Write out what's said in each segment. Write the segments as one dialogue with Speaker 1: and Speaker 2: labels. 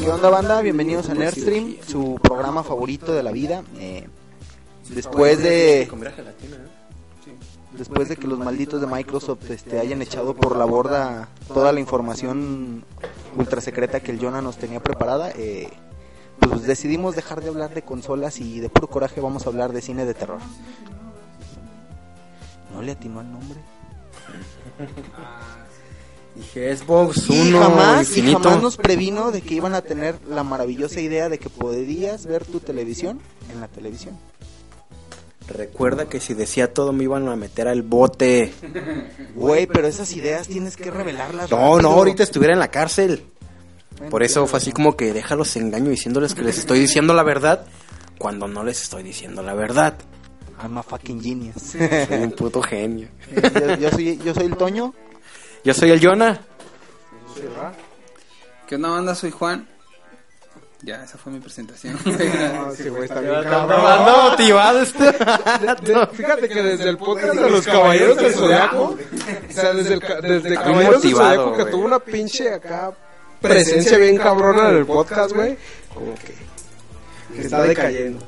Speaker 1: ¿Qué onda banda? Bienvenidos a Nerdstream, su programa favorito de la vida. Eh,
Speaker 2: Pues
Speaker 1: después de
Speaker 3: ¿eh?
Speaker 1: después de que los malditos de Microsoft este, hayan echado por la borda toda la información ultra secreta que el Jonah nos tenía preparada, eh, pues decidimos dejar de hablar de consolas y de puro coraje vamos a hablar de cine de terror. No le atinó el nombre.
Speaker 2: Dije Xbox
Speaker 1: Y
Speaker 2: 1
Speaker 1: jamás, y
Speaker 2: infinito.
Speaker 1: jamás nos previno de que iban a tener la maravillosa idea de que podrías ver tu televisión en la televisión.
Speaker 2: Recuerda que si decía todo me iban a meter al bote.
Speaker 1: Güey, pero esas ideas tienes que revelarlas.
Speaker 2: No, no,
Speaker 1: rápido.
Speaker 2: ahorita estuviera en la cárcel.
Speaker 1: Bueno,
Speaker 2: Por eso fue así como que déjalos engaño diciéndoles que les estoy diciendo la verdad cuando no les estoy diciendo la verdad.
Speaker 1: I'm a fucking genius.
Speaker 2: Soy un puto genio.
Speaker 1: yo, yo soy, yo soy el Toño.
Speaker 2: Yo soy el Jonah.
Speaker 3: ¿Qué onda, banda? Soy Juan. Ya, esa fue mi presentación.
Speaker 2: Ando
Speaker 3: ¿eh?
Speaker 2: motivado este.
Speaker 4: Fíjate que desde el podcast de los caballeros del Zodiaco, o sea, desde, el, ca- desde
Speaker 2: Está bien
Speaker 4: caballeros del
Speaker 2: motivado,
Speaker 4: Zodiaco que
Speaker 2: güey.
Speaker 4: tuvo una pinche acá presencia bien cabrona en el podcast, güey, como que está decayendo.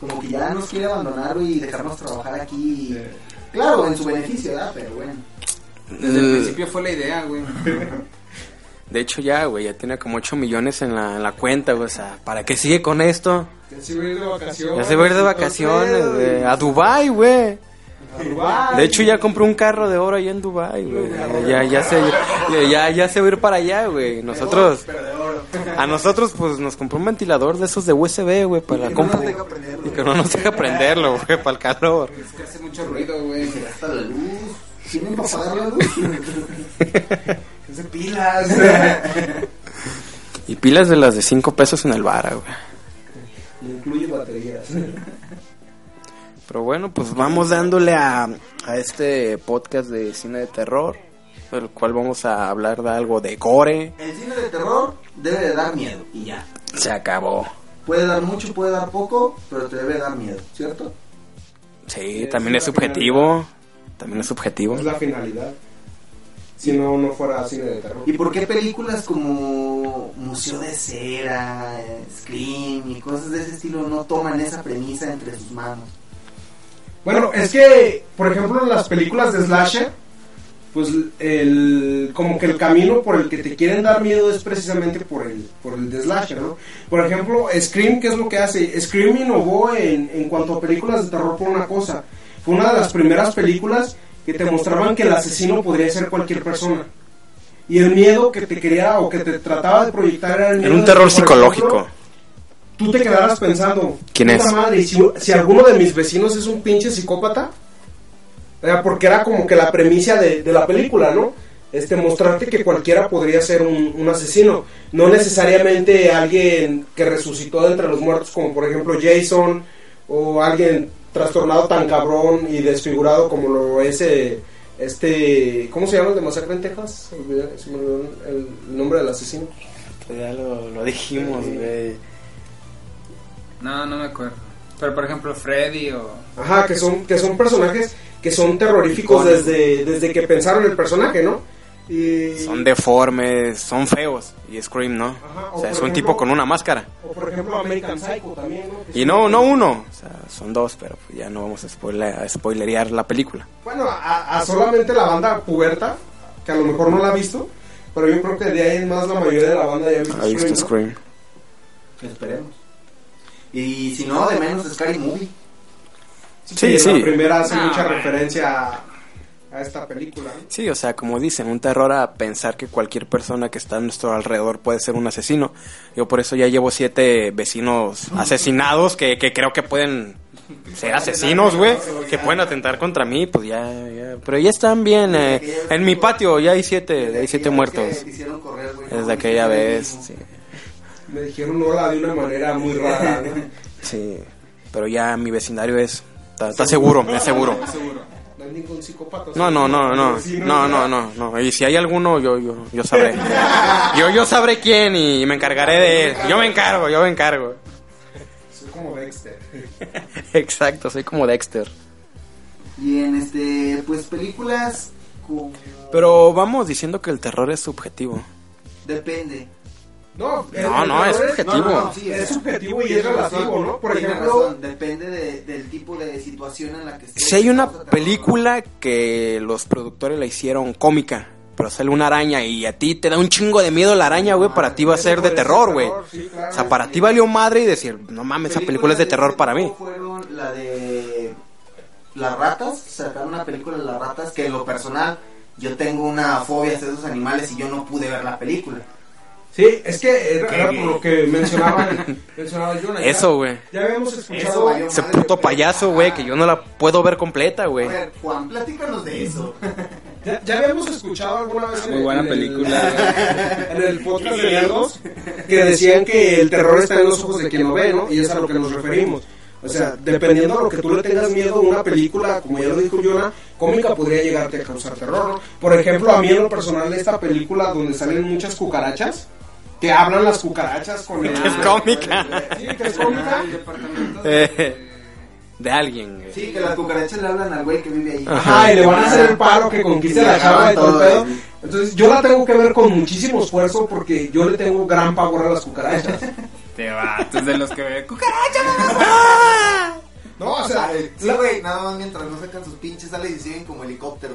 Speaker 1: Como que ya nos quiere abandonar y dejarnos trabajar aquí. Claro, en su beneficio, ¿verdad? Pero bueno.
Speaker 3: Desde el principio fue la idea, güey.
Speaker 2: De hecho ya, güey, ya tiene como 8 millones en la, en la cuenta, güey. O sea, ¿para qué sigue con esto?
Speaker 4: Ya se va a ir de vacaciones.
Speaker 2: Ya se va a ir de vacaciones, güey. A Dubai, güey. De hecho ya compró un carro de oro allá en Dubai, güey. Ya ya se ya, ya, ya se va a ir para allá, güey. Nosotros A nosotros pues nos compró un ventilador de esos de USB, güey, para la compu. Y que no nos deja prenderlo, güey, para el calor.
Speaker 3: Es que hace mucho ruido, güey.
Speaker 1: ¿Tienen para pagar la luz?
Speaker 2: Y pilas de las de 5 pesos en el bar, güey.
Speaker 4: Incluye baterías.
Speaker 2: Pero bueno, pues vamos dándole a, a este podcast de cine de terror, el cual vamos a hablar de algo de gore.
Speaker 1: El cine de terror debe de dar miedo y ya.
Speaker 2: Se acabó.
Speaker 1: Puede dar mucho, puede dar poco, pero te debe dar miedo, ¿cierto?
Speaker 2: Sí, también es subjetivo. También es subjetivo.
Speaker 4: Es Pues la finalidad. Si no, no fuera cine de terror.
Speaker 1: ¿Y por qué películas como Museo de Cera, eh, Scream y cosas de ese estilo no toman esa premisa entre sus manos?
Speaker 4: Bueno, es que, por ejemplo, las películas de slasher, pues el como que el camino por el que te quieren dar miedo es precisamente por el por el de slasher, ¿no? Por ejemplo, Scream, ¿qué es lo que hace? Scream innovó en, en cuanto a películas de terror por una cosa. Fue una de las primeras películas que te mostraban que el asesino podría ser cualquier persona. Y el miedo que te quería o que te trataba de proyectar era el miedo
Speaker 2: Era un
Speaker 4: de que,
Speaker 2: terror
Speaker 4: por
Speaker 2: psicológico.
Speaker 4: ejemplo, tú te quedarás pensando,
Speaker 2: ¿Quién
Speaker 4: "Puta
Speaker 2: es?
Speaker 4: madre, si, si alguno de mis vecinos es un pinche psicópata, Era porque era como que la premisa de, de la película, ¿no? Este, mostrarte que cualquiera podría ser un, un asesino, no necesariamente alguien que resucitó de entre los muertos, como por ejemplo Jason, o alguien trastornado tan cabrón y desfigurado como lo es eh, este, ¿cómo se llama el de Masacre en Texas? Se me olvidó- se me olvidó el- el nombre del asesino.
Speaker 2: Ya lo, dijimos, güey.
Speaker 3: No, no me acuerdo. Pero, por ejemplo, Freddy o...
Speaker 4: Ajá, Ah, que son, que son personajes que son terroríficos desde, desde que pensaron el personaje, ¿no? Y,
Speaker 2: Son deformes, son feos. Y Scream, ¿no?
Speaker 4: Ajá, o
Speaker 2: O sea, es
Speaker 4: por
Speaker 2: un tipo
Speaker 4: ejemplo-
Speaker 2: con una máscara.
Speaker 4: O por ejemplo American Psycho también, ¿no? Que
Speaker 2: Y
Speaker 4: son-
Speaker 2: no, no uno. O sea, son dos, pero pues ya no vamos a, spoiler, a spoilerear la película.
Speaker 4: Bueno, a, a solamente la banda puberta, que a lo mejor no la ha visto, pero yo creo que de ahí en más la mayoría de la banda ya ha visto.
Speaker 2: ¿Has visto
Speaker 4: Scream, ¿no?
Speaker 2: Scream?
Speaker 1: Esperemos. Y si no, de menos Scary Movie.
Speaker 2: Sí, sí.
Speaker 4: La primera hace
Speaker 3: Ah,
Speaker 4: mucha
Speaker 3: bueno.
Speaker 4: referencia a, a esta película. ¿no?
Speaker 2: Sí, o sea, como dicen, un terror a pensar que cualquier persona que está a nuestro alrededor puede ser un asesino. Yo por eso ya llevo siete vecinos asesinados que, que creo que pueden ser asesinos, güey, que pueden atentar contra mí, pues ya, ya. Pero ya están bien, eh, en mi patio ya hay siete, hay siete muertos.
Speaker 1: Hicieron correr, güey.
Speaker 2: Desde aquella vez, sí.
Speaker 4: Me dijeron hola de una manera muy rara, ¿no?
Speaker 2: sí. Pero ya mi vecindario es, está, está seguro, es seguro.
Speaker 3: Seguro.
Speaker 4: No hay ningún psicópata.
Speaker 2: No, no, no, no, no, no, no, no. Y si hay alguno, yo, yo, yo sabré. Yo, yo sabré quién y me encargaré de él. Yo me encargo, yo me encargo.
Speaker 4: Soy como Dexter.
Speaker 2: Exacto, soy como Dexter.
Speaker 1: Y en este, pues películas como.
Speaker 2: Pero vamos diciendo que el terror es subjetivo.
Speaker 1: Depende.
Speaker 4: No,
Speaker 2: No, no, es subjetivo.
Speaker 1: No, no, no, sí,
Speaker 4: es subjetivo y es relativo, ¿no? Por
Speaker 1: Tiene
Speaker 4: ejemplo,
Speaker 1: razón, depende de- del tipo de situación en la que estés.
Speaker 2: Si hay una
Speaker 1: Vamos a trabajar.
Speaker 2: película que los productores la hicieron cómica, pero sale una araña y a ti te da un chingo de miedo la araña, güey, para ti va a ser de terror, güey.
Speaker 4: Sí,
Speaker 2: O
Speaker 4: claro.
Speaker 2: sea, para ti valió madre y decir, no mames, esa película es de terror para mí.
Speaker 1: Fueron la de Las Ratas, sacaron una película de Las Ratas que en lo personal yo tengo una fobia hacia esos animales y yo no pude ver la película.
Speaker 4: Sí, es que era, era por lo que mencionaba, mencionaba Jonah. ya-
Speaker 2: Eso, güey.
Speaker 4: Ya habíamos
Speaker 1: Eso
Speaker 4: escuchado.
Speaker 1: valió
Speaker 2: Ese puto payaso, güey, que yo no la puedo ver completa,
Speaker 1: A
Speaker 2: güey.
Speaker 1: ver, Juan, platícanos de eso.
Speaker 4: Ya, ya habíamos escuchado alguna vez
Speaker 3: Muy buena
Speaker 4: el-
Speaker 3: película.
Speaker 4: en el podcast de Nerdos que decían que el terror está en los ojos de quien lo ve, ¿no? Y es a lo que nos referimos. O sea, dependiendo a lo que tú le tengas miedo, una película, como ya lo dijo Yona, cómica podría llegarte a causar terror. ¿no? Por ejemplo, a mí en lo personal esta película donde salen muchas cucarachas, que hablan las cucarachas con el...
Speaker 2: Que es cómica.
Speaker 4: Sí, que es cómica.
Speaker 3: El departamento de-
Speaker 2: Eh, de alguien, güey.
Speaker 1: Sí, que las cucarachas le hablan al güey que vive ahí.
Speaker 4: Ajá, y le van a hacer el paro que conquiste la chava y todo el pedo. Entonces, yo la tengo que ver con muchísimo esfuerzo porque yo le tengo gran pavor a las cucarachas.
Speaker 3: Te va, tú es de los que ve cucaracha.
Speaker 4: No, o sea, eh,
Speaker 1: Ay, Sí,
Speaker 4: la-
Speaker 1: güey, nada más mientras no sacan sus pinches sales y siguen como helicóptero.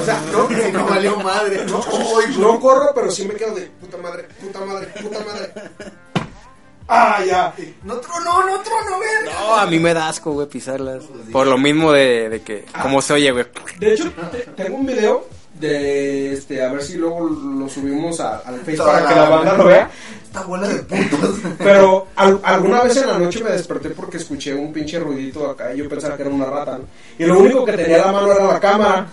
Speaker 4: o sea, no,
Speaker 1: Que no valió madre. No, ay,
Speaker 4: no corro, pero sí me quedo de puta madre, puta madre, puta madre. Ah, ya.
Speaker 1: No tronó, no tronó, verga.
Speaker 2: No, Oh, a mí me da asco, güey, pisarlas. Ah. Por lo mismo de, de que, como se oye, güey.
Speaker 4: De hecho, te- tengo un video de este, a ver si luego lo subimos a- al Facebook
Speaker 1: Toda
Speaker 4: para que
Speaker 1: la
Speaker 4: la banda
Speaker 1: banda.
Speaker 4: lo vea.
Speaker 1: Esta bola de putos.
Speaker 4: Pero al- alguna vez en la noche me desperté porque escuché un pinche ruidito acá y yo pensaba que era una rata. ¿no? Y lo único que tenía en la mano era la cámara.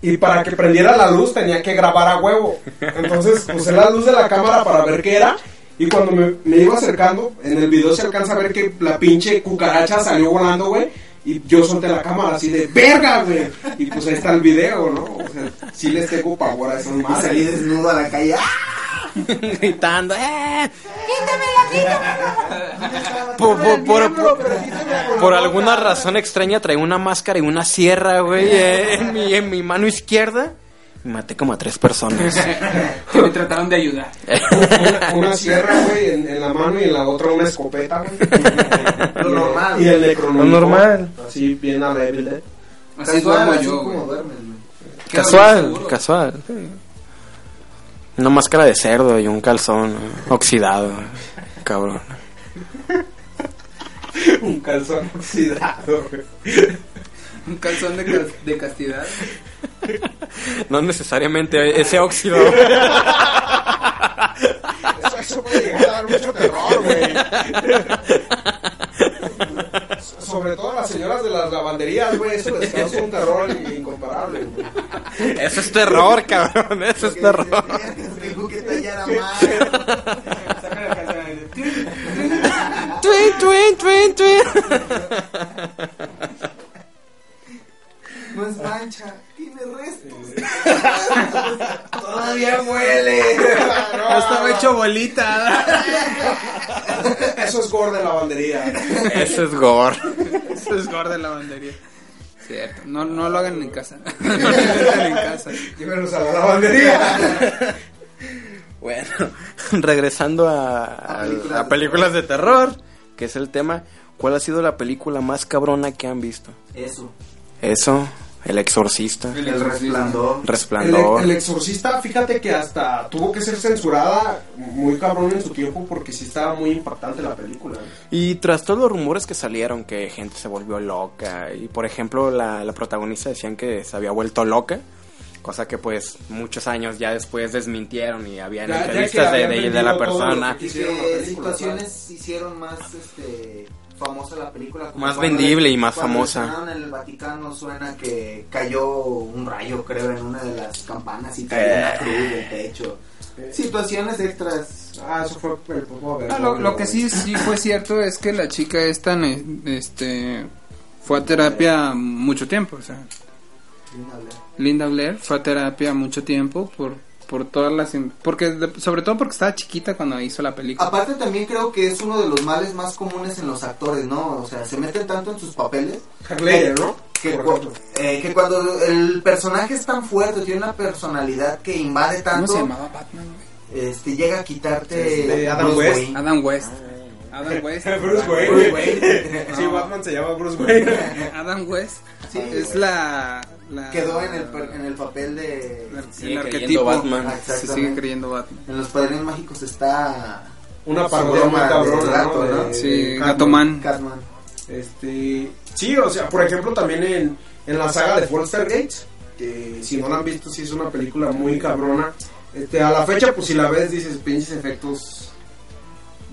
Speaker 4: Y para que prendiera la luz tenía que grabar a huevo. Entonces usé la luz de la cámara para ver qué era. Y cuando me, me iba acercando, en el video se alcanza a ver que la pinche cucaracha salió volando, güey. Y yo solté la cámara así de verga, güey. Y pues ahí está el video, ¿no? O sea, sí les tengo pavor a esas
Speaker 1: Y salí
Speaker 4: madres.
Speaker 1: desnudo a la calle. ¡Ah!
Speaker 2: Gritando, ¡eh!
Speaker 1: ¡Ah!
Speaker 2: Por, por, por, por- por alguna razón extraña traía una máscara y una sierra, güey, eh, en mi, en mi mano izquierda. Y maté como a tres personas.
Speaker 3: Que me trataron de ayudar.
Speaker 4: Una, una sierra, güey, en, en la mano y en la otra una escopeta, güey.
Speaker 1: Lo normal.
Speaker 4: Y el necronomicon.
Speaker 2: Lo normal.
Speaker 4: Así, bien a la Evil Dead.
Speaker 3: Así
Speaker 1: Casual,
Speaker 3: duermo
Speaker 1: así
Speaker 3: yo.
Speaker 1: como
Speaker 3: güey.
Speaker 1: duermes, güey.
Speaker 3: Qué
Speaker 2: Casual,
Speaker 3: seguro.
Speaker 2: casual. Una máscara de cerdo y un calzón oxidado, cabrón.
Speaker 4: Un calzón oxidado, güey.
Speaker 3: Un calzón de, cas- de castidad.
Speaker 2: No necesariamente ese óxido.
Speaker 4: Eso, eso puede llegar a dar mucho terror, güey. So- Sobre todo a las señoras de las lavanderías, güey. Eso les causa un terror incomparable, güey.
Speaker 2: Eso es terror, cabrón. Eso es
Speaker 1: Que
Speaker 2: terror.
Speaker 1: dices, "Tengo que tallar a mano".
Speaker 3: Saca la calzón y dice,
Speaker 2: Twin, twin, twin, twin.
Speaker 1: No es mancha, tiene restos. Todavía huele.
Speaker 3: "Ah, Estaba hecho bolita.
Speaker 4: Eso es gore de lavandería.
Speaker 2: Eso es gore.
Speaker 3: Eso es gordo de la bandería. Cierto. No, no lo hagan en casa. No lo hagan en casa.
Speaker 4: Llévenos a la lavandería.
Speaker 2: Bueno, regresando a, a- a películas, de terror, que es el tema, ¿cuál ha sido la película más cabrona que han visto?
Speaker 1: Eso.
Speaker 2: Eso, El Exorcista,
Speaker 1: El resplandor.
Speaker 4: El,
Speaker 2: Resplandor.
Speaker 4: el exorcista, fíjate que hasta tuvo que ser censurada muy cabrón en su tiempo porque sí estaba muy impactante la película.
Speaker 2: Y tras todos los rumores que salieron, que gente se volvió loca, y por ejemplo la, la protagonista decían que se había vuelto loca, cosa que pues muchos años ya después desmintieron y habían
Speaker 4: Ya- ya
Speaker 2: entrevistas
Speaker 4: que
Speaker 2: de- de,
Speaker 4: habían
Speaker 2: de la
Speaker 4: vendido todo lo
Speaker 2: persona.
Speaker 4: que
Speaker 1: Y
Speaker 4: Hicieron la
Speaker 1: que
Speaker 4: película,
Speaker 1: situaciones hicieron más este, famosa la película. como
Speaker 2: Más
Speaker 1: cuando-
Speaker 2: vendible y más
Speaker 1: cuando
Speaker 2: famosa.
Speaker 1: estrenaron En el Vaticano suena que cayó un rayo, creo, en una de las campanas y cayó
Speaker 2: Eh.
Speaker 1: una cruz del techo. Situaciones extras.
Speaker 4: Ah, eso fue el poco
Speaker 3: Ah, lo, lo que sí, sí fue cierto es que la chica esta ne- este, fue a terapia mucho tiempo. O sea,
Speaker 1: Sin hablar.
Speaker 3: Linda Blair fue a terapia mucho tiempo por, por todas las... in- Porque, de- sobre todo porque estaba chiquita cuando hizo la película.
Speaker 1: Aparte también creo que es uno de los males más comunes en los actores, ¿no? O sea, se meten tanto en sus papeles
Speaker 4: ¿no?
Speaker 1: que,
Speaker 4: Por
Speaker 1: cu-
Speaker 4: ejemplo.
Speaker 1: eh, que cuando el personaje es tan fuerte, tiene una personalidad que invade
Speaker 3: ¿Cómo
Speaker 1: tanto...
Speaker 3: se llamaba Batman? güey?
Speaker 1: este, llega a quitarte
Speaker 4: Este, Adam
Speaker 1: Bruce
Speaker 4: West.
Speaker 1: Wayne.
Speaker 3: Adam West. Adam West.
Speaker 4: Bruce Wayne.
Speaker 1: Bruce Wayne.
Speaker 4: Sí, Batman se llama Bruce Wayne.
Speaker 3: Adam West.
Speaker 1: Sí,
Speaker 3: es la, la-
Speaker 1: Quedó en el, per- en el papel de...
Speaker 3: la- el
Speaker 2: Sigue creyendo
Speaker 3: arquetipo.
Speaker 2: Batman.
Speaker 1: Ah,
Speaker 3: Se sigue creyendo Batman.
Speaker 1: En los padrinos mágicos está
Speaker 4: Una parodia muy
Speaker 1: Broma,
Speaker 4: cabrona,
Speaker 1: del gato,
Speaker 4: ¿no?
Speaker 1: ¿no?
Speaker 4: De
Speaker 3: Sí,
Speaker 4: Catman.
Speaker 3: Gatoman.
Speaker 1: Catman.
Speaker 4: Este, sí, o sea, por ejemplo, también en, en la saga de Forster Gates, que si no la han visto, sí es una película muy cabrona. Este, a la fecha, pues si la ves, dices pinches efectos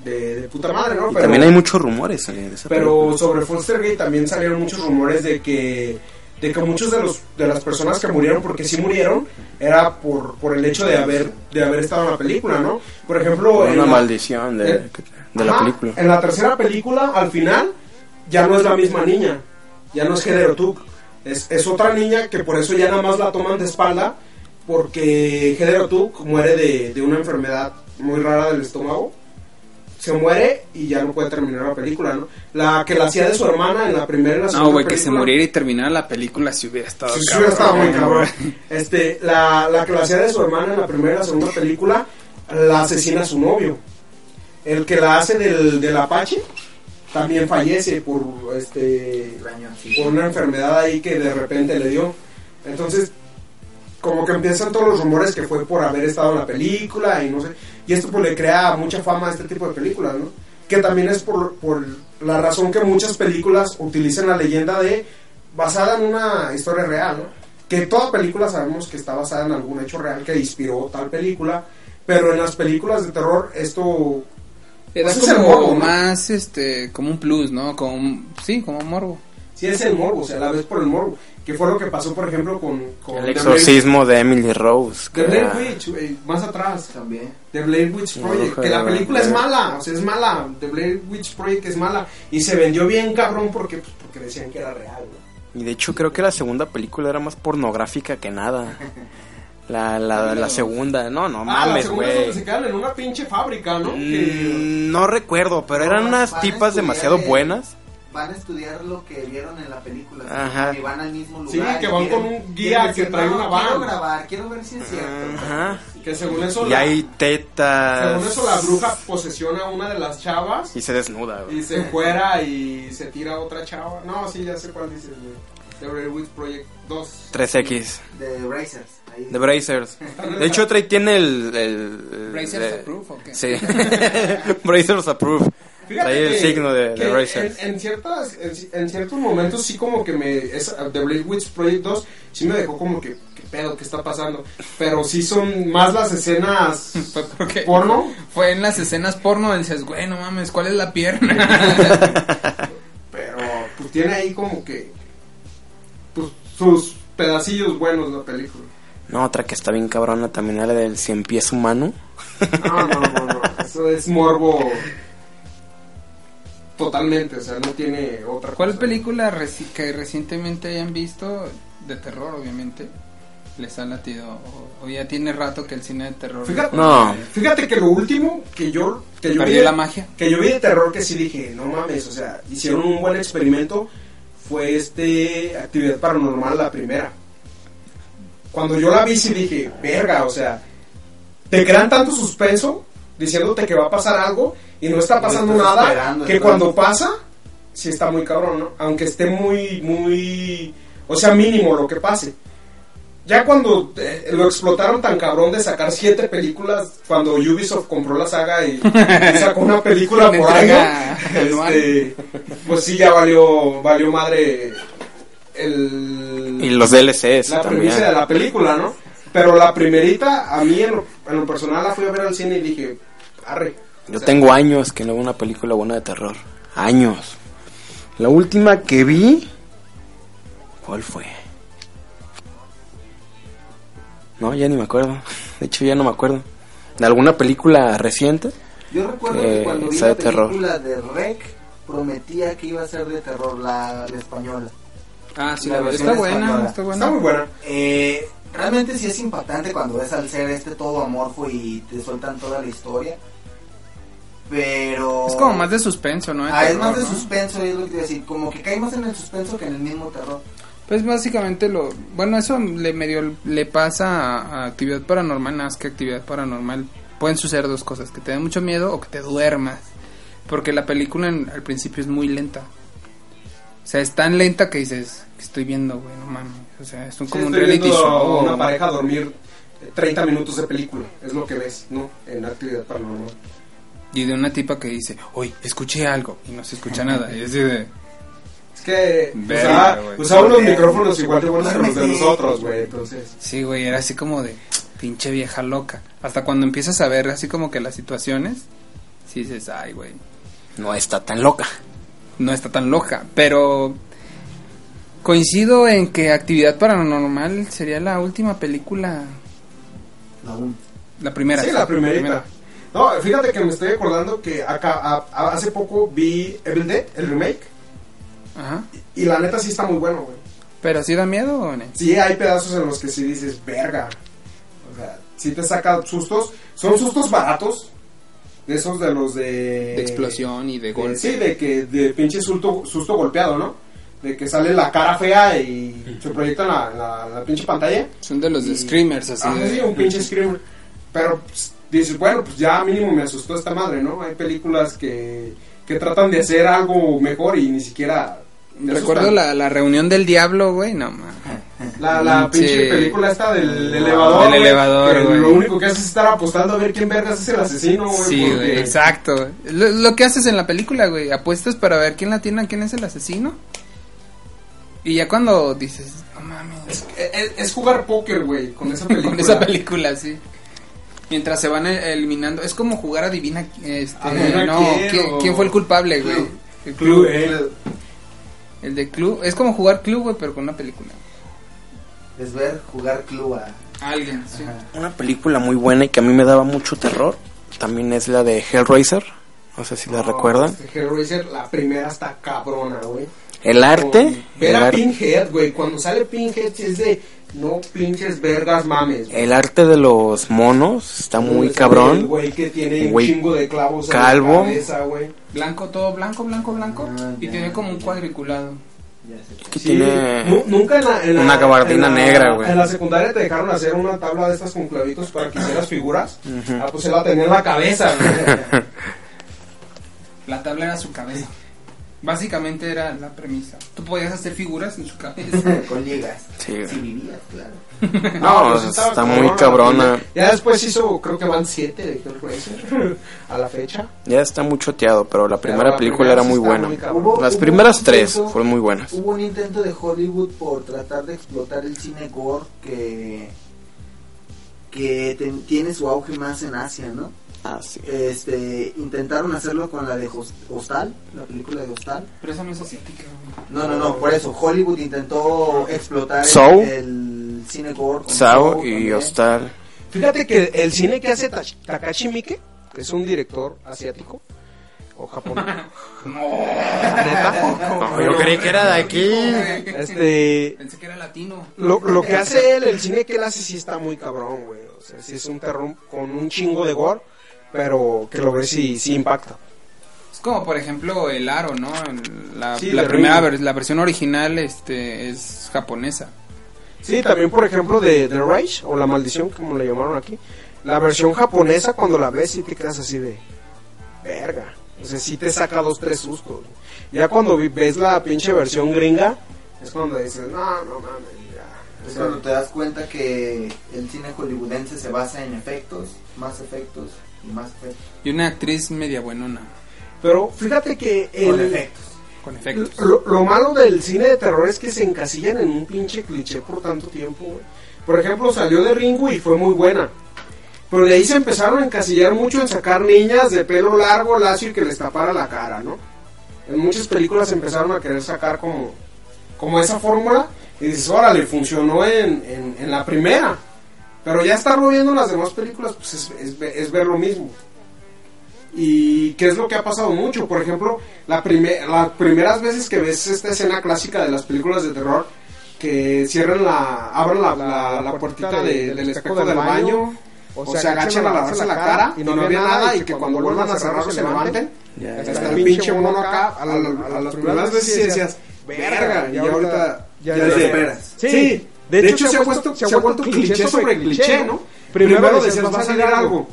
Speaker 4: de, de puta madre, ¿no?
Speaker 2: Y también hay muchos rumores eh, de esa
Speaker 4: pero
Speaker 2: película.
Speaker 4: sobre Forster Gate también salieron muchos rumores de que de que muchos de los de las personas que murieron porque sí murieron era por por el hecho de haber de haber estado en la película, ¿no? Por ejemplo,
Speaker 2: Fue
Speaker 4: en
Speaker 2: una
Speaker 4: la-
Speaker 2: maldición de,
Speaker 4: eh,
Speaker 2: de la
Speaker 4: Ajá,
Speaker 2: película.
Speaker 4: En la tercera película, al final, ya no es la misma niña. Ya no es género Tuk. Es, es otra niña que por eso ya nada más la toman de espalda. Porque género Tuk muere de, de una enfermedad muy rara del estómago. Se muere y ya no puede terminar la película, ¿no? La que la hacía de su hermana en la primera y la segunda
Speaker 3: No, güey, que se
Speaker 4: película.
Speaker 3: muriera y terminara la película si hubiera estado.
Speaker 4: Sí, sí,
Speaker 3: cabrón,
Speaker 4: estaba muy
Speaker 3: güey.
Speaker 4: cabrón. Este, la, la que la hacía de su hermana en la primera y la segunda película, la asesina su novio. El que la hace del, del Apache también fallece por este
Speaker 1: El año
Speaker 4: por
Speaker 1: antiguo.
Speaker 4: una enfermedad ahí que de repente le dio. Entonces, como que empiezan todos los rumores que fue por haber estado en la película y no sé. Y esto pues le crea mucha fama a este tipo de películas, ¿no? Que también es por, por la razón que muchas películas utilizan la leyenda de basada en una historia real, ¿no? Que toda película sabemos que está basada en algún hecho real que inspiró tal película, pero en las películas de terror esto
Speaker 3: Le da
Speaker 4: Pues es el
Speaker 3: como
Speaker 4: morbo, ¿no?
Speaker 3: más, este, como un plus, ¿no? Como, un- sí, como un morbo.
Speaker 4: sí es el morbo, o sea, la ves por el morbo, que fue lo que pasó, por ejemplo, con, con
Speaker 2: El
Speaker 4: The
Speaker 2: exorcismo Ah. de Emily Rose.
Speaker 4: The
Speaker 2: que
Speaker 4: Blair
Speaker 2: era-
Speaker 4: Witch, güey, más atrás.
Speaker 1: También.
Speaker 4: The Blair Witch
Speaker 2: La
Speaker 4: Project,
Speaker 2: bruja
Speaker 4: que
Speaker 2: de
Speaker 4: la película es
Speaker 2: Blair.
Speaker 4: mala, o sea, es mala. The Blair Witch Project es mala. Y se vendió bien cabrón porque, pues, porque decían que era real, ¿no?
Speaker 2: Y de hecho creo que la segunda película era más pornográfica que nada. La, la, la segunda, no, no
Speaker 4: Ah, la
Speaker 2: mames,
Speaker 4: segunda es donde
Speaker 2: güey.
Speaker 4: se quedan en una pinche fábrica, ¿no? Que-
Speaker 2: Mm, No recuerdo, pero eran
Speaker 1: No,
Speaker 2: unas
Speaker 1: van a
Speaker 2: tipas
Speaker 1: estudiar
Speaker 2: demasiado
Speaker 1: el-
Speaker 2: buenas.
Speaker 1: Van a estudiar lo que vieron en la película.
Speaker 2: Ajá.
Speaker 1: Y van al mismo lugar.
Speaker 4: Sí, que
Speaker 1: y
Speaker 4: van
Speaker 1: quieren-
Speaker 4: con un guía
Speaker 1: quieren
Speaker 4: que trae
Speaker 1: "No,
Speaker 4: una van".
Speaker 1: Quiero grabar, quiero ver si es cierto.
Speaker 2: Ajá.
Speaker 4: que según eso,
Speaker 2: Y
Speaker 4: la,
Speaker 2: hay tetas.
Speaker 4: según eso la bruja posesiona a una de las chavas
Speaker 2: Y se desnuda, güey.
Speaker 4: y se encuera y se tira a otra chava. No, sí, ya sé cuál dices, güey. The Blair Witch Project 2.
Speaker 2: 3X.
Speaker 1: De Brazers. ahí.
Speaker 2: De Brazers. De hecho, trae tiene el. el
Speaker 3: ¿Brazers
Speaker 2: el-
Speaker 3: approve o qué?
Speaker 2: Sí. Brazers approve. Trae el
Speaker 4: que-
Speaker 2: signo de, de
Speaker 4: que
Speaker 2: Brazers.
Speaker 4: En, en ciertas, en, en ciertos momentos sí como que me... Esa, The Blade Witch Project 2 sí me dejó como que... ¿Qué pedo? ¿Qué está pasando? Pero sí son más las escenas
Speaker 3: Fue porque
Speaker 4: porno.
Speaker 3: fue en las escenas porno, dices, güey, no mames, ¿cuál es la pierna?
Speaker 4: Pero pues tiene ahí como que... Pues sus pedacillos buenos la película.
Speaker 2: No, otra que está bien cabrona también era la del cien pies humano.
Speaker 4: No, no, no, no. Eso es morbo... Totalmente, o sea, no tiene otra
Speaker 3: ¿Cuál
Speaker 4: cosa.
Speaker 3: película reci- que recientemente hayan visto de terror, obviamente? Les ha latido. O, o ya tiene rato que el cine de terror
Speaker 4: Fíjate,
Speaker 2: No.
Speaker 4: fíjate que lo último que yo... Que yo
Speaker 3: perdió
Speaker 4: vi-
Speaker 3: la magia.
Speaker 4: Que yo vi de terror que sí dije, no mames, o sea, hicieron un buen experimento. Fue este Actividad Paranormal, la primera. Cuando yo la vi, sí dije, verga, o sea, te crean tanto suspenso diciéndote que va a pasar algo y no está
Speaker 1: Lo
Speaker 4: pasando
Speaker 1: estás
Speaker 4: nada.
Speaker 1: esperando,
Speaker 4: Que
Speaker 1: entonces.
Speaker 4: cuando pasa, sí está muy cabrón, ¿no? Aunque esté muy, muy. O sea, mínimo lo que pase. Ya cuando eh, lo explotaron tan cabrón de sacar siete películas, cuando Ubisoft compró la saga y, y sacó una película
Speaker 3: Una
Speaker 4: por año,
Speaker 3: entrega anual.
Speaker 4: este, pues sí, ya valió, valió madre el,
Speaker 2: Y los DLCs
Speaker 4: la
Speaker 2: también.
Speaker 4: premisa de la película, ¿no? Pero la primerita, a mí en lo, en lo personal la fui a ver al cine y dije, arre.
Speaker 2: Yo tengo años que no veo una película buena de terror. Años. La última que vi. ¿Cuál fue? No, ya ni me acuerdo. De hecho, ya no me acuerdo. ¿De alguna película reciente?
Speaker 1: Yo recuerdo
Speaker 2: que
Speaker 1: que cuando vi
Speaker 2: sea
Speaker 1: la
Speaker 2: de Eh, terror.
Speaker 1: película de Rec, prometía que iba a ser de terror la, la española.
Speaker 3: Ah, sí,
Speaker 1: La
Speaker 3: la verdad.
Speaker 1: versión
Speaker 3: Está buena,
Speaker 1: española.
Speaker 3: está
Speaker 4: Está muy
Speaker 3: buena.
Speaker 4: buena.
Speaker 1: Eh, realmente sí es impactante cuando ves al ser este todo amorfo y te sueltan toda la historia. Pero...
Speaker 3: Es como más de suspenso, ¿no? De
Speaker 1: Ah, es
Speaker 3: terror,
Speaker 1: más de
Speaker 3: ¿no?
Speaker 1: suspenso, es lo que te iba a decir. Como que cae más en el suspenso que en el mismo terror.
Speaker 3: Pues básicamente lo, bueno, eso le medio le pasa a, a actividad paranormal, nada más que actividad paranormal pueden suceder dos cosas, que te dé mucho miedo o que te duermas. Porque la película en- al principio es muy lenta. O sea, es tan lenta que dices, que estoy viendo, güey, no mames. O sea, es un- como un
Speaker 4: estoy
Speaker 3: reality
Speaker 4: viendo
Speaker 3: show.
Speaker 4: a una pareja dormir 30 minutos de película, es lo que ves, ¿no? En actividad paranormal.
Speaker 3: Y de una tipa que dice, oye, escuché algo. Y no se escucha nada. Y es de,
Speaker 4: Es que
Speaker 3: Verga,
Speaker 4: usaba,
Speaker 3: güey.
Speaker 4: usaba unos micrófonos igual de buenos que los de nosotros, güey, entonces.
Speaker 3: Sí, güey, era así como de pinche vieja loca. Hasta cuando empiezas a ver así como que las situaciones, sí dices, ay, güey,
Speaker 2: No está tan loca.
Speaker 3: no está tan loca. Pero coincido en que Actividad Paranormal sería la última película,
Speaker 1: Aún.
Speaker 3: la primera.
Speaker 4: sí, la primerita. No, fíjate que me estoy acordando que acá, a- a- hace poco vi Evil Dead, el remake,
Speaker 3: Ajá.
Speaker 4: y la neta sí está muy bueno, güey.
Speaker 3: Pero sí da miedo, o no?
Speaker 4: Sí, hay pedazos en los que sí dices, verga. O sea, sí te saca sustos. Son sustos baratos. De esos de los de.
Speaker 3: De explosión y de
Speaker 4: Eh, de-
Speaker 3: golpe.
Speaker 4: Sí, de que. De pinche susto, susto golpeado, ¿no? De que sale la cara fea y se proyecta en la, en la- en la pinche pantalla.
Speaker 3: Son de los de
Speaker 4: Y-
Speaker 3: screamers, así
Speaker 4: Ah, sí, un
Speaker 3: de...
Speaker 4: pinche screamer. Pero pues, dices, bueno, pues ya mínimo me asustó esta madre, ¿no? Hay películas que, que tratan de hacer algo mejor y ni siquiera. te
Speaker 3: Recuerdo
Speaker 4: asustan.
Speaker 3: la, la reunión del diablo, güey, no mames.
Speaker 4: La, la
Speaker 3: Sí.
Speaker 4: pinche película esta del elevador.
Speaker 3: Ah, Del
Speaker 4: güey,
Speaker 3: elevador,
Speaker 4: que
Speaker 3: güey.
Speaker 4: Lo único que hace es estar apostando a ver quién vergas es el asesino, güey.
Speaker 3: Sí,
Speaker 4: porque-
Speaker 3: güey, exacto. Lo, lo que haces en la película, güey, apuestas para ver quién la tiene, quién es el asesino. Y ya cuando dices, no mames,
Speaker 4: Es, es jugar póker, güey, con esa película.
Speaker 3: con esa película, sí. Mientras se van e- eliminando, es como jugar adivina, este,
Speaker 4: Adivina
Speaker 3: no,
Speaker 4: quién,
Speaker 3: quién,
Speaker 4: o-
Speaker 3: quién fue el culpable, güey.
Speaker 4: Clue.
Speaker 3: El club,
Speaker 4: Clue, eh.
Speaker 3: el de club, es como jugar club, güey, pero con una película.
Speaker 1: Es ver jugar club a.
Speaker 3: Alguien, sí.
Speaker 2: Una película muy buena y que a mí me daba mucho terror también es la de Hellraiser. No sé si la recuerdan.
Speaker 4: Este, Hellraiser, la primera está cabrona, güey.
Speaker 2: El arte.
Speaker 4: Con-
Speaker 2: El,
Speaker 4: Ver a
Speaker 2: ar-
Speaker 4: Pinhead, güey. Cuando sale Pinhead, sí es de. No pinches vergas mames. güey.
Speaker 2: el arte de los monos está Eh, muy
Speaker 4: Sale el
Speaker 2: cabrón.
Speaker 4: Güey que tiene un
Speaker 2: Güey
Speaker 4: chingo de clavos en la
Speaker 2: calvo.
Speaker 4: cabeza, güey.
Speaker 3: Blanco, todo blanco, blanco, blanco.
Speaker 1: Ah,
Speaker 3: y
Speaker 1: ya.
Speaker 3: tiene como un cuadriculado.
Speaker 1: Ya sé.
Speaker 2: Que
Speaker 4: Sí,
Speaker 2: tiene-
Speaker 4: nu- nunca en la, en la-
Speaker 2: una gabardina
Speaker 4: en la-
Speaker 2: negra, güey.
Speaker 4: En la secundaria te dejaron hacer una tabla de estas con clavitos para que hicieras figuras.
Speaker 2: Ujú.
Speaker 4: Ah, pues se la tenía en la cabeza, güey.
Speaker 3: La tabla era su cabeza. Básicamente era la premisa. Tú podías hacer figuras en su cabeza.
Speaker 1: Con ligas.
Speaker 2: Sí, güey.
Speaker 1: Si vivías, claro.
Speaker 2: No,
Speaker 4: pues estaba
Speaker 2: está muy cabrona.
Speaker 4: Ya después hizo, creo que van siete de Hellraiser a la fecha.
Speaker 2: Ya está muy choteado, pero la primera
Speaker 4: Pero la
Speaker 2: película
Speaker 4: primera
Speaker 2: era
Speaker 4: sí
Speaker 2: muy
Speaker 4: está
Speaker 2: buena.
Speaker 4: muy cabrona.
Speaker 2: Las
Speaker 1: Hubo
Speaker 2: primeras
Speaker 1: un
Speaker 2: tres
Speaker 1: intento-
Speaker 2: fueron muy buenas.
Speaker 1: Hubo un intento de Hollywood por tratar de explotar el cine gore que que ten- tiene su auge más en Asia, ¿no?
Speaker 5: Ah,
Speaker 1: Este, intentaron hacerlo con la de Hos- Hostal, la película de Hostal.
Speaker 3: Pero esa no es asiática, güey.
Speaker 1: No, no, no, por eso Hollywood intentó explotar el-
Speaker 2: Saw.
Speaker 1: el, cine gore. con
Speaker 2: Sao y
Speaker 1: también.
Speaker 2: Hostal.
Speaker 4: Fíjate que el cine que hace Tash- Takashi Miike, que es un director asiático o japonés. ¿Neta?
Speaker 2: No, yo creí que era de aquí.
Speaker 4: Este,
Speaker 3: Pensé que era latino.
Speaker 4: Lo, lo que hace él, el cine que él hace sí está muy cabrón, güey. O sea, sí es un terror con un chingo de gore, pero que lo ves y sí impacta.
Speaker 3: Es como, por ejemplo, el aro, ¿no? El- La,
Speaker 4: Sí,
Speaker 3: la
Speaker 4: de
Speaker 3: primera
Speaker 4: Ring.
Speaker 3: ver- la versión original este, es japonesa.
Speaker 4: Sí, también por ejemplo de The Rage o La Maldición, como le llamaron aquí. La versión japonesa cuando la ves sí te quedas así de verga. O sea, sí te saca dos, tres sustos. güey. Ya cuando vi- ves la pinche versión gringa, es cuando dices, no, no mames, ya. O
Speaker 1: Es
Speaker 4: sea,
Speaker 1: cuando te das cuenta que el cine hollywoodense se basa en efectos, más efectos y más efectos.
Speaker 3: Y una actriz media buenona,
Speaker 4: pero fíjate que
Speaker 1: Con
Speaker 4: el,
Speaker 1: efectos.
Speaker 3: con efectos.
Speaker 4: Lo, lo malo del cine de terror es que se encasillan en un pinche cliché por tanto tiempo, güey. Por ejemplo, salió de Ringu y fue muy buena. Pero de ahí se empezaron a encasillar mucho en sacar niñas de pelo largo, lacio y que les tapara la cara, ¿no? En muchas películas empezaron a querer sacar como, como esa fórmula y dices, órale, funcionó en, en- en la primera. Pero ya estarlo viendo en las demás películas, pues es- es ve- es ver lo mismo. ¿Y qué es lo que ha pasado mucho? Por ejemplo, la prime- las primeras veces que ves esta escena clásica de las películas de terror, que cierran la, abren la, la, la puertita de- del espejo del baño, o se agachan a lavarse la cara y no había nada, y que cuando vuelvan a cerrar se levanten, está el pinche mono acá, a, la- a las primeras veces sí decías, verga, y ahorita ya
Speaker 1: ya
Speaker 4: es de-
Speaker 1: esperas.
Speaker 4: Sí, de hecho se ha puesto- se ha vuelto cliché sobre cliché, ¿no? Primero decías, va a salir algo.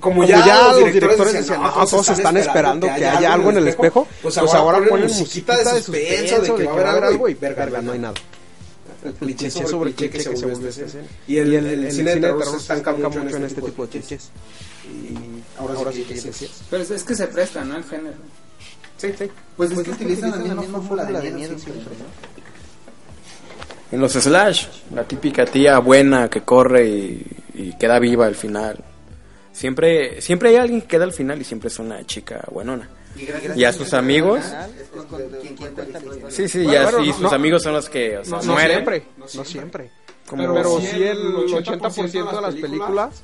Speaker 4: como
Speaker 5: Como
Speaker 4: ya, los directores, decían,
Speaker 5: no,
Speaker 4: pues
Speaker 5: todos están esperando que haya algo en el espejo, pues ahora ponen musiquita de suspenso, de que va a haber algo y verga, verga, no hay nada.
Speaker 4: El
Speaker 5: cliché sobre el cliché que se vuelve ese.
Speaker 4: Y el, el- el cine de terror se estanca mucho
Speaker 5: en este tipo de clichés.
Speaker 4: Y ahora, sí que decías.
Speaker 3: Pero es, es que se presta, ¿no? El género.
Speaker 4: Sí, sí.
Speaker 1: Pues es que utilizan la misma fórmula de miedo siempre, ¿no?
Speaker 2: En los slash, la típica tía buena que corre y, y queda viva al final. Siempre, siempre hay alguien que queda al final y siempre es una chica buenona. Y a sus amigos.
Speaker 1: este Es cuando quien cuenta la historia.
Speaker 2: Sí, sí,
Speaker 5: Bueno,
Speaker 2: y, a-
Speaker 5: bueno,
Speaker 2: y
Speaker 5: no-
Speaker 2: sus
Speaker 5: no-
Speaker 2: amigos son los que o sea,
Speaker 5: No,
Speaker 2: mueren.
Speaker 5: siempre, no siempre.
Speaker 2: Como-
Speaker 5: Pero, sí el 80% de las películas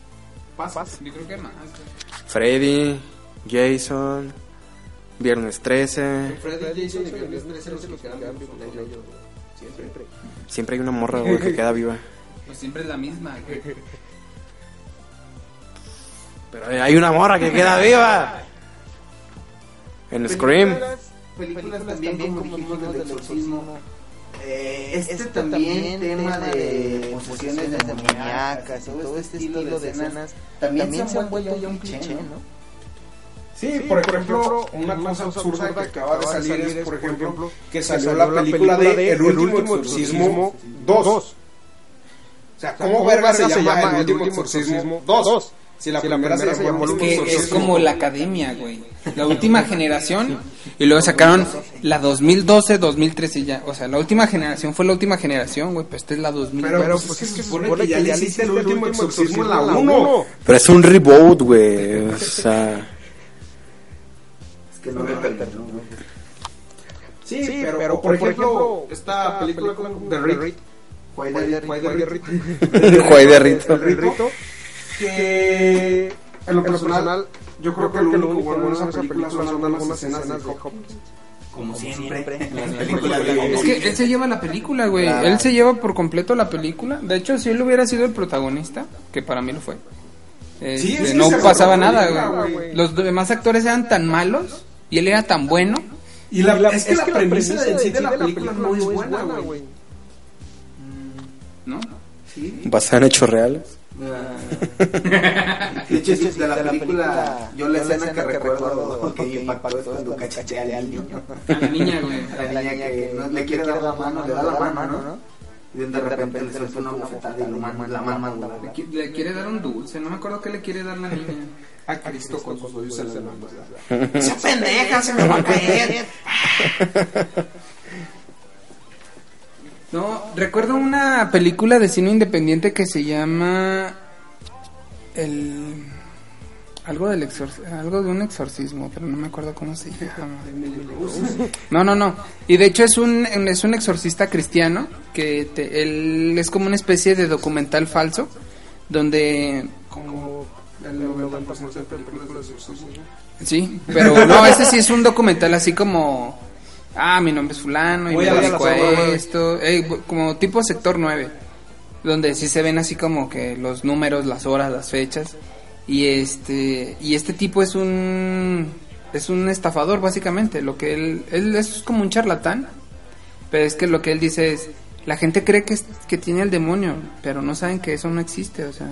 Speaker 3: Yo creo que más.
Speaker 2: Freddy, Jason, Viernes 13.
Speaker 5: Freddy Jason y Viernes 13 los que quedan vivos con ellos, siempre.
Speaker 2: Siempre hay una morra güey, que queda viva.
Speaker 3: Pues siempre es la misma. güey.
Speaker 2: Pero eh, hay una morra que queda viva. En Scream.
Speaker 1: películas también, bien como dijimos del exorcismo. Eh, este también tema de posesiones demoníacas y todo este estilo de escenas también se han vuelto ya un cliché, ¿no?
Speaker 4: Sí, por ejemplo, una cosa absurda que acaba de salir es, por ejemplo, que salió la película de El último exorcismo 2. O sea, ¿cómo verga se llama El último exorcismo 2? Si la primera se llamó El último
Speaker 3: Que es
Speaker 4: exorcismo
Speaker 3: como la academia, güey. La última generación. Y luego sacaron la 2012, 2013 y ya. O sea, la última generación fue la última generación, güey. Pues esta es la 2012.
Speaker 4: Pero, pues es que se supone que ya le hiciste el último exorcismo en la 1.
Speaker 2: Pero es un reboot, güey. O sea.
Speaker 1: Es que no me perdono, güey.
Speaker 4: Sí, pero por ejemplo, esta película de Reed,
Speaker 1: Juan de Rito.
Speaker 4: de Reed,
Speaker 2: Juay de Rito.
Speaker 4: el rito que en lo personal yo creo que lo único bueno en esa película son algunas escenas de Hopkins
Speaker 1: Como siempre.
Speaker 3: Es que él se lleva la película, güey. Él se lleva por completo la película. De hecho, si él hubiera sido el protagonista, que para mí lo fue, eh,
Speaker 4: Sí,
Speaker 3: de-
Speaker 4: es que
Speaker 3: no
Speaker 4: se
Speaker 3: pasaba
Speaker 4: robó la
Speaker 3: nada,
Speaker 4: película,
Speaker 3: güey.
Speaker 4: güey.
Speaker 3: Los demás actores eran tan malos y él era tan bueno.
Speaker 4: y la, es, que la, premisa, en sí de la película no es buena güey
Speaker 3: ¿No?
Speaker 2: Basada en hechos reales.
Speaker 1: De hecho, sí, de la película, yo la escena que recuerdo que me impactó es cuando cachachea al niño.
Speaker 3: A la niña, güey.
Speaker 1: La niña que no le quiere dar la mano, le da la mano, ¿no? Y de repente le suelta una bofetada y lo mama- la mama,
Speaker 3: Le
Speaker 1: güey.
Speaker 3: qui- Le quiere dar un dulce. No me acuerdo qué le quiere dar la niña.
Speaker 4: a Cristo con sus odios en la mano
Speaker 1: ¡Esa pendeja se me va a caer!
Speaker 3: No, recuerdo una película de cine independiente que se llama el algo del exorci- algo de un exorcismo, pero no me acuerdo cómo se llama. No, no, no. Y de hecho es un es un exorcista cristiano que te- él es como una especie de documental falso donde
Speaker 4: como el 90% de películas de exorcismo
Speaker 3: sí, pero no, ese sí es un documental así como ah, mi nombre es fulano y
Speaker 4: Voy
Speaker 3: me
Speaker 4: a ver
Speaker 3: dedico
Speaker 4: la
Speaker 3: a
Speaker 4: sombra, güey.
Speaker 3: esto, eh, bu- como tipo sector 9, donde sí se ven así como que los números, las horas, las fechas y este y este tipo es un es un estafador básicamente, lo que él él es como un charlatán, pero es que lo que él dice es la gente cree que es- que tiene el demonio, pero no saben que eso no existe, o sea,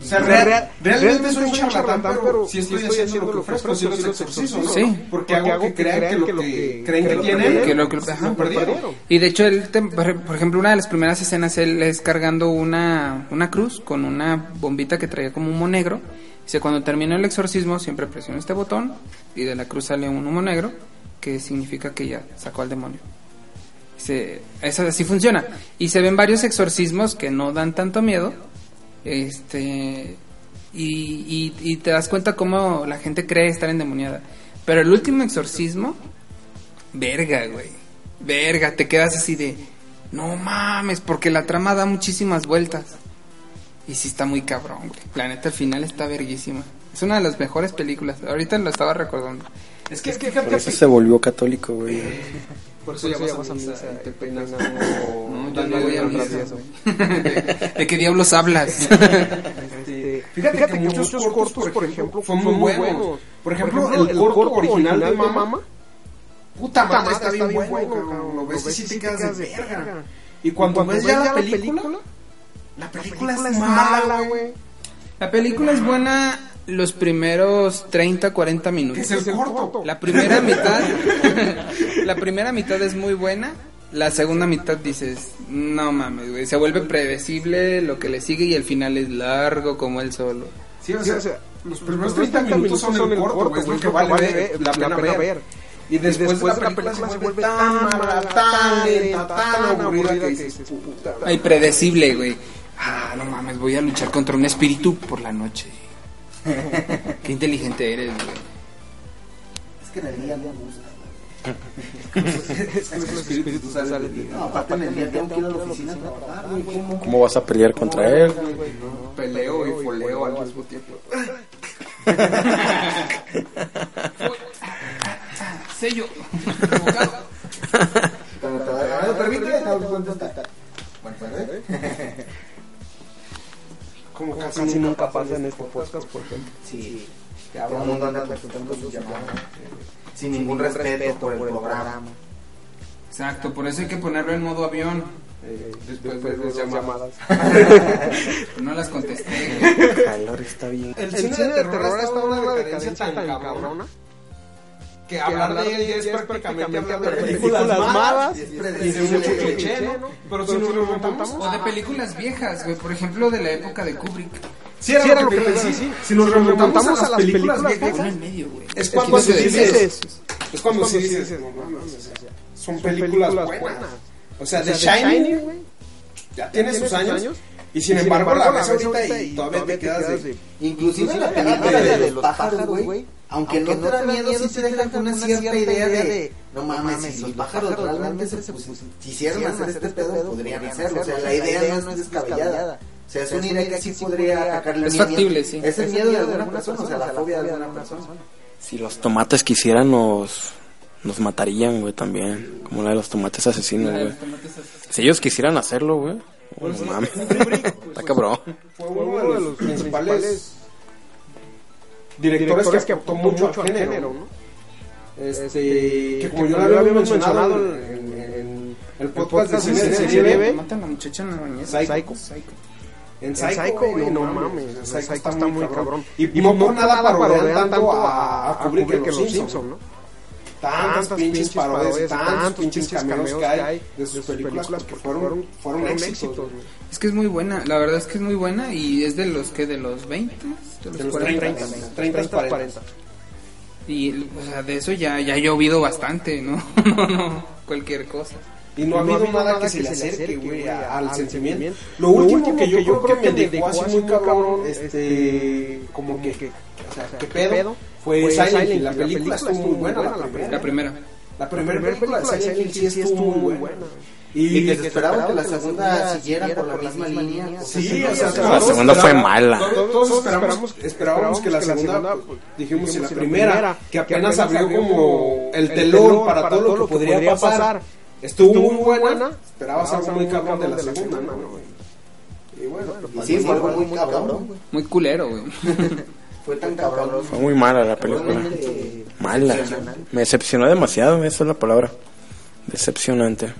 Speaker 4: o sea, real- realmente soy un charlatán, pero si estoy haciendo lo que ofrezco, si los exorcizo, ¿no?
Speaker 3: Sí.
Speaker 4: Porque hago que crean que lo que creen que tienen,
Speaker 3: que lo que lo- ajá.
Speaker 4: lo perdieron.
Speaker 3: Y de hecho, él, tem- por por ejemplo, una de las primeras escenas, él es cargando una, una cruz con una bombita que traía como humo negro. Dice, cuando termina el exorcismo, siempre presiono este botón y de la cruz sale un humo negro, que significa que ya sacó al demonio. Dice, eso así funciona. Y se ven varios exorcismos que no dan tanto miedo. Este, y, y- y te das cuenta cómo la gente cree estar endemoniada. Pero el último exorcismo, verga, güey. Verga, te quedas así de, no mames, porque la trama da muchísimas vueltas. Y sí está muy cabrón, güey. La neta, al final está verguísima. Es una de las mejores películas. Ahorita lo estaba recordando.
Speaker 4: Es que, es que,
Speaker 2: Por eso se volvió católico, güey.
Speaker 4: por eso llamas a misa, te peinas
Speaker 3: No,
Speaker 4: como
Speaker 3: yo no
Speaker 4: Daniel
Speaker 3: voy a
Speaker 4: Hernández.
Speaker 3: misa, güey. ¿De qué diablos hablas?
Speaker 5: Este, fíjate, que, muchos de esos cortos, por ejemplo,
Speaker 4: son
Speaker 5: son
Speaker 4: muy
Speaker 5: muy
Speaker 4: buenos.
Speaker 5: buenos.
Speaker 4: Por ejemplo, el, corto, original, de Mama, puta
Speaker 5: puta
Speaker 4: madre, está, bien bueno, cabrón. Lo ves y sí te quedas de verga. Y cuando, ves ya la película, la película es mala, güey.
Speaker 3: La película es buena los primeros 30, 40 minutos.
Speaker 4: Es el corto.
Speaker 3: La primera mitad, la primera mitad es muy buena. La segunda mitad dices, no mames, güey. Se vuelve predecible lo que le sigue y el final es largo como el solo.
Speaker 4: Sí, o sea, los primeros 30 minutos son el corto, güey. Es lo que vale ver, la pena ver. Y después, de la película se vuelve tan mala, tan lenta, tan aburrida que dices, puta.
Speaker 3: Ay, predecible, güey. Ah, no mames, voy a luchar contra un espíritu por la noche. Qué inteligente eres, güey.
Speaker 1: Es que en el día no gusta. es que los espíritus salen. No, aparte en el día tengo que ir a la oficina a trabajar, güey. ¿Cómo?
Speaker 2: ¿Cómo vas a pelear contra él?
Speaker 4: Peleo y foleo al mismo tiempo.
Speaker 3: Sello.
Speaker 1: Permíteme, ¿cuánto está?
Speaker 4: Como casi, casi nunca pasa en este podcast, por ejemplo.
Speaker 1: Sí, ya todo el mundo anda presentando sus llamadas. Sin ningún respeto por el programa.
Speaker 3: Exacto, por eso hay que ponerlo en modo avión. Después, de las llamadas. no las contesté.
Speaker 2: El calor está bien.
Speaker 4: El cine, de terror está en una decadencia tan cabrona que hablar de él ya es prácticamente hablar de películas malas y de mucho cliché, ¿no? Pero si nos remontamos...
Speaker 3: O de películas viejas, güey, por ejemplo, de la época de Kubrick.
Speaker 4: Si era, lo que te decía, si nos remontamos a las películas viejas, es cuando se dices, es cuando se dices, son películas buenas. O sea, The Shining, güey, ya tiene sus años. Y sin, embargo, la ves ahorita y todavía te quedas de...
Speaker 1: Inclusive la película de los pájaros, güey, aunque, aunque, no te da miedo, sí te dejan con una cierta, cierta idea de, de, no mames, si los pájaros, pájaros realmente se quisieran hacer este pedo, podrían hacerlo. O sea, la idea no es descabellada. O sea, es una idea que sí podría atacarle
Speaker 3: Es factible, sí.
Speaker 1: Es el miedo de alguna persona, o sea, la fobia de alguna persona.
Speaker 2: Si los tomates quisieran, nos, nos matarían, güey, también. Como la de los tomates asesinos, Ah, güey. Si ellos quisieran hacerlo, güey. Oh, no mames. Está cabrón.
Speaker 4: Fue uno de los principales directores, directores que optó mucho, mucho al género, género ¿no? Este, que como yo lo había, había mencionado en, en, en, el podcast de cine de serie
Speaker 3: Mata a la muchacha en la bañera.
Speaker 4: Psycho. Psycho. En Psycho, güey, no mames. En Psycho, Psycho está, está, muy cabrón. cabrón. Y, y no por nada parodean tanto a, a Kubrick que los Simpsons, ¿no? Tantas, tantas pinches parodias, tantos pinches cameos que hay de sus películas, películas que fueron, fueron éxitos, güey.
Speaker 3: Es que es muy buena, la verdad es que es muy buena y es de los que de los 20,
Speaker 4: de los, de los 40, 30, 30, 30, 40.
Speaker 3: Y o sea, de eso ya ya ha llovido bastante, ¿no? no, no, cualquier cosa.
Speaker 4: Y no, ha habido nada que, se le acerque, güey, al, sentimiento. Lo, último que yo, creo que me dejó así muy cabrón, este, como que, que o sea, ¿qué pedo? Fue Silent Hill, la película estuvo muy buena, la primera.
Speaker 3: La primera.
Speaker 4: La primera película de Silent Hill sí estuvo muy buena.
Speaker 1: Y, y, que, que esperaba que la segunda siguiera por la misma línea. línea.
Speaker 4: Sí, o sea,
Speaker 2: la segunda fue mala.
Speaker 4: Todos, todos esperamos, esperábamos que la segunda, pues, dijimos, si la primera, que apenas abrió como el telón para todo lo que podría pasar, estuvo muy buena. Esperabas algo muy cabrón de la segunda, ¿no? Y bueno,
Speaker 1: sí, fue algo muy cabrón,
Speaker 3: Muy culero, güey.
Speaker 1: Fue tan cabrón.
Speaker 2: Fue muy mala la película. Mala. Me decepcionó demasiado, esa es la palabra. Decepcionante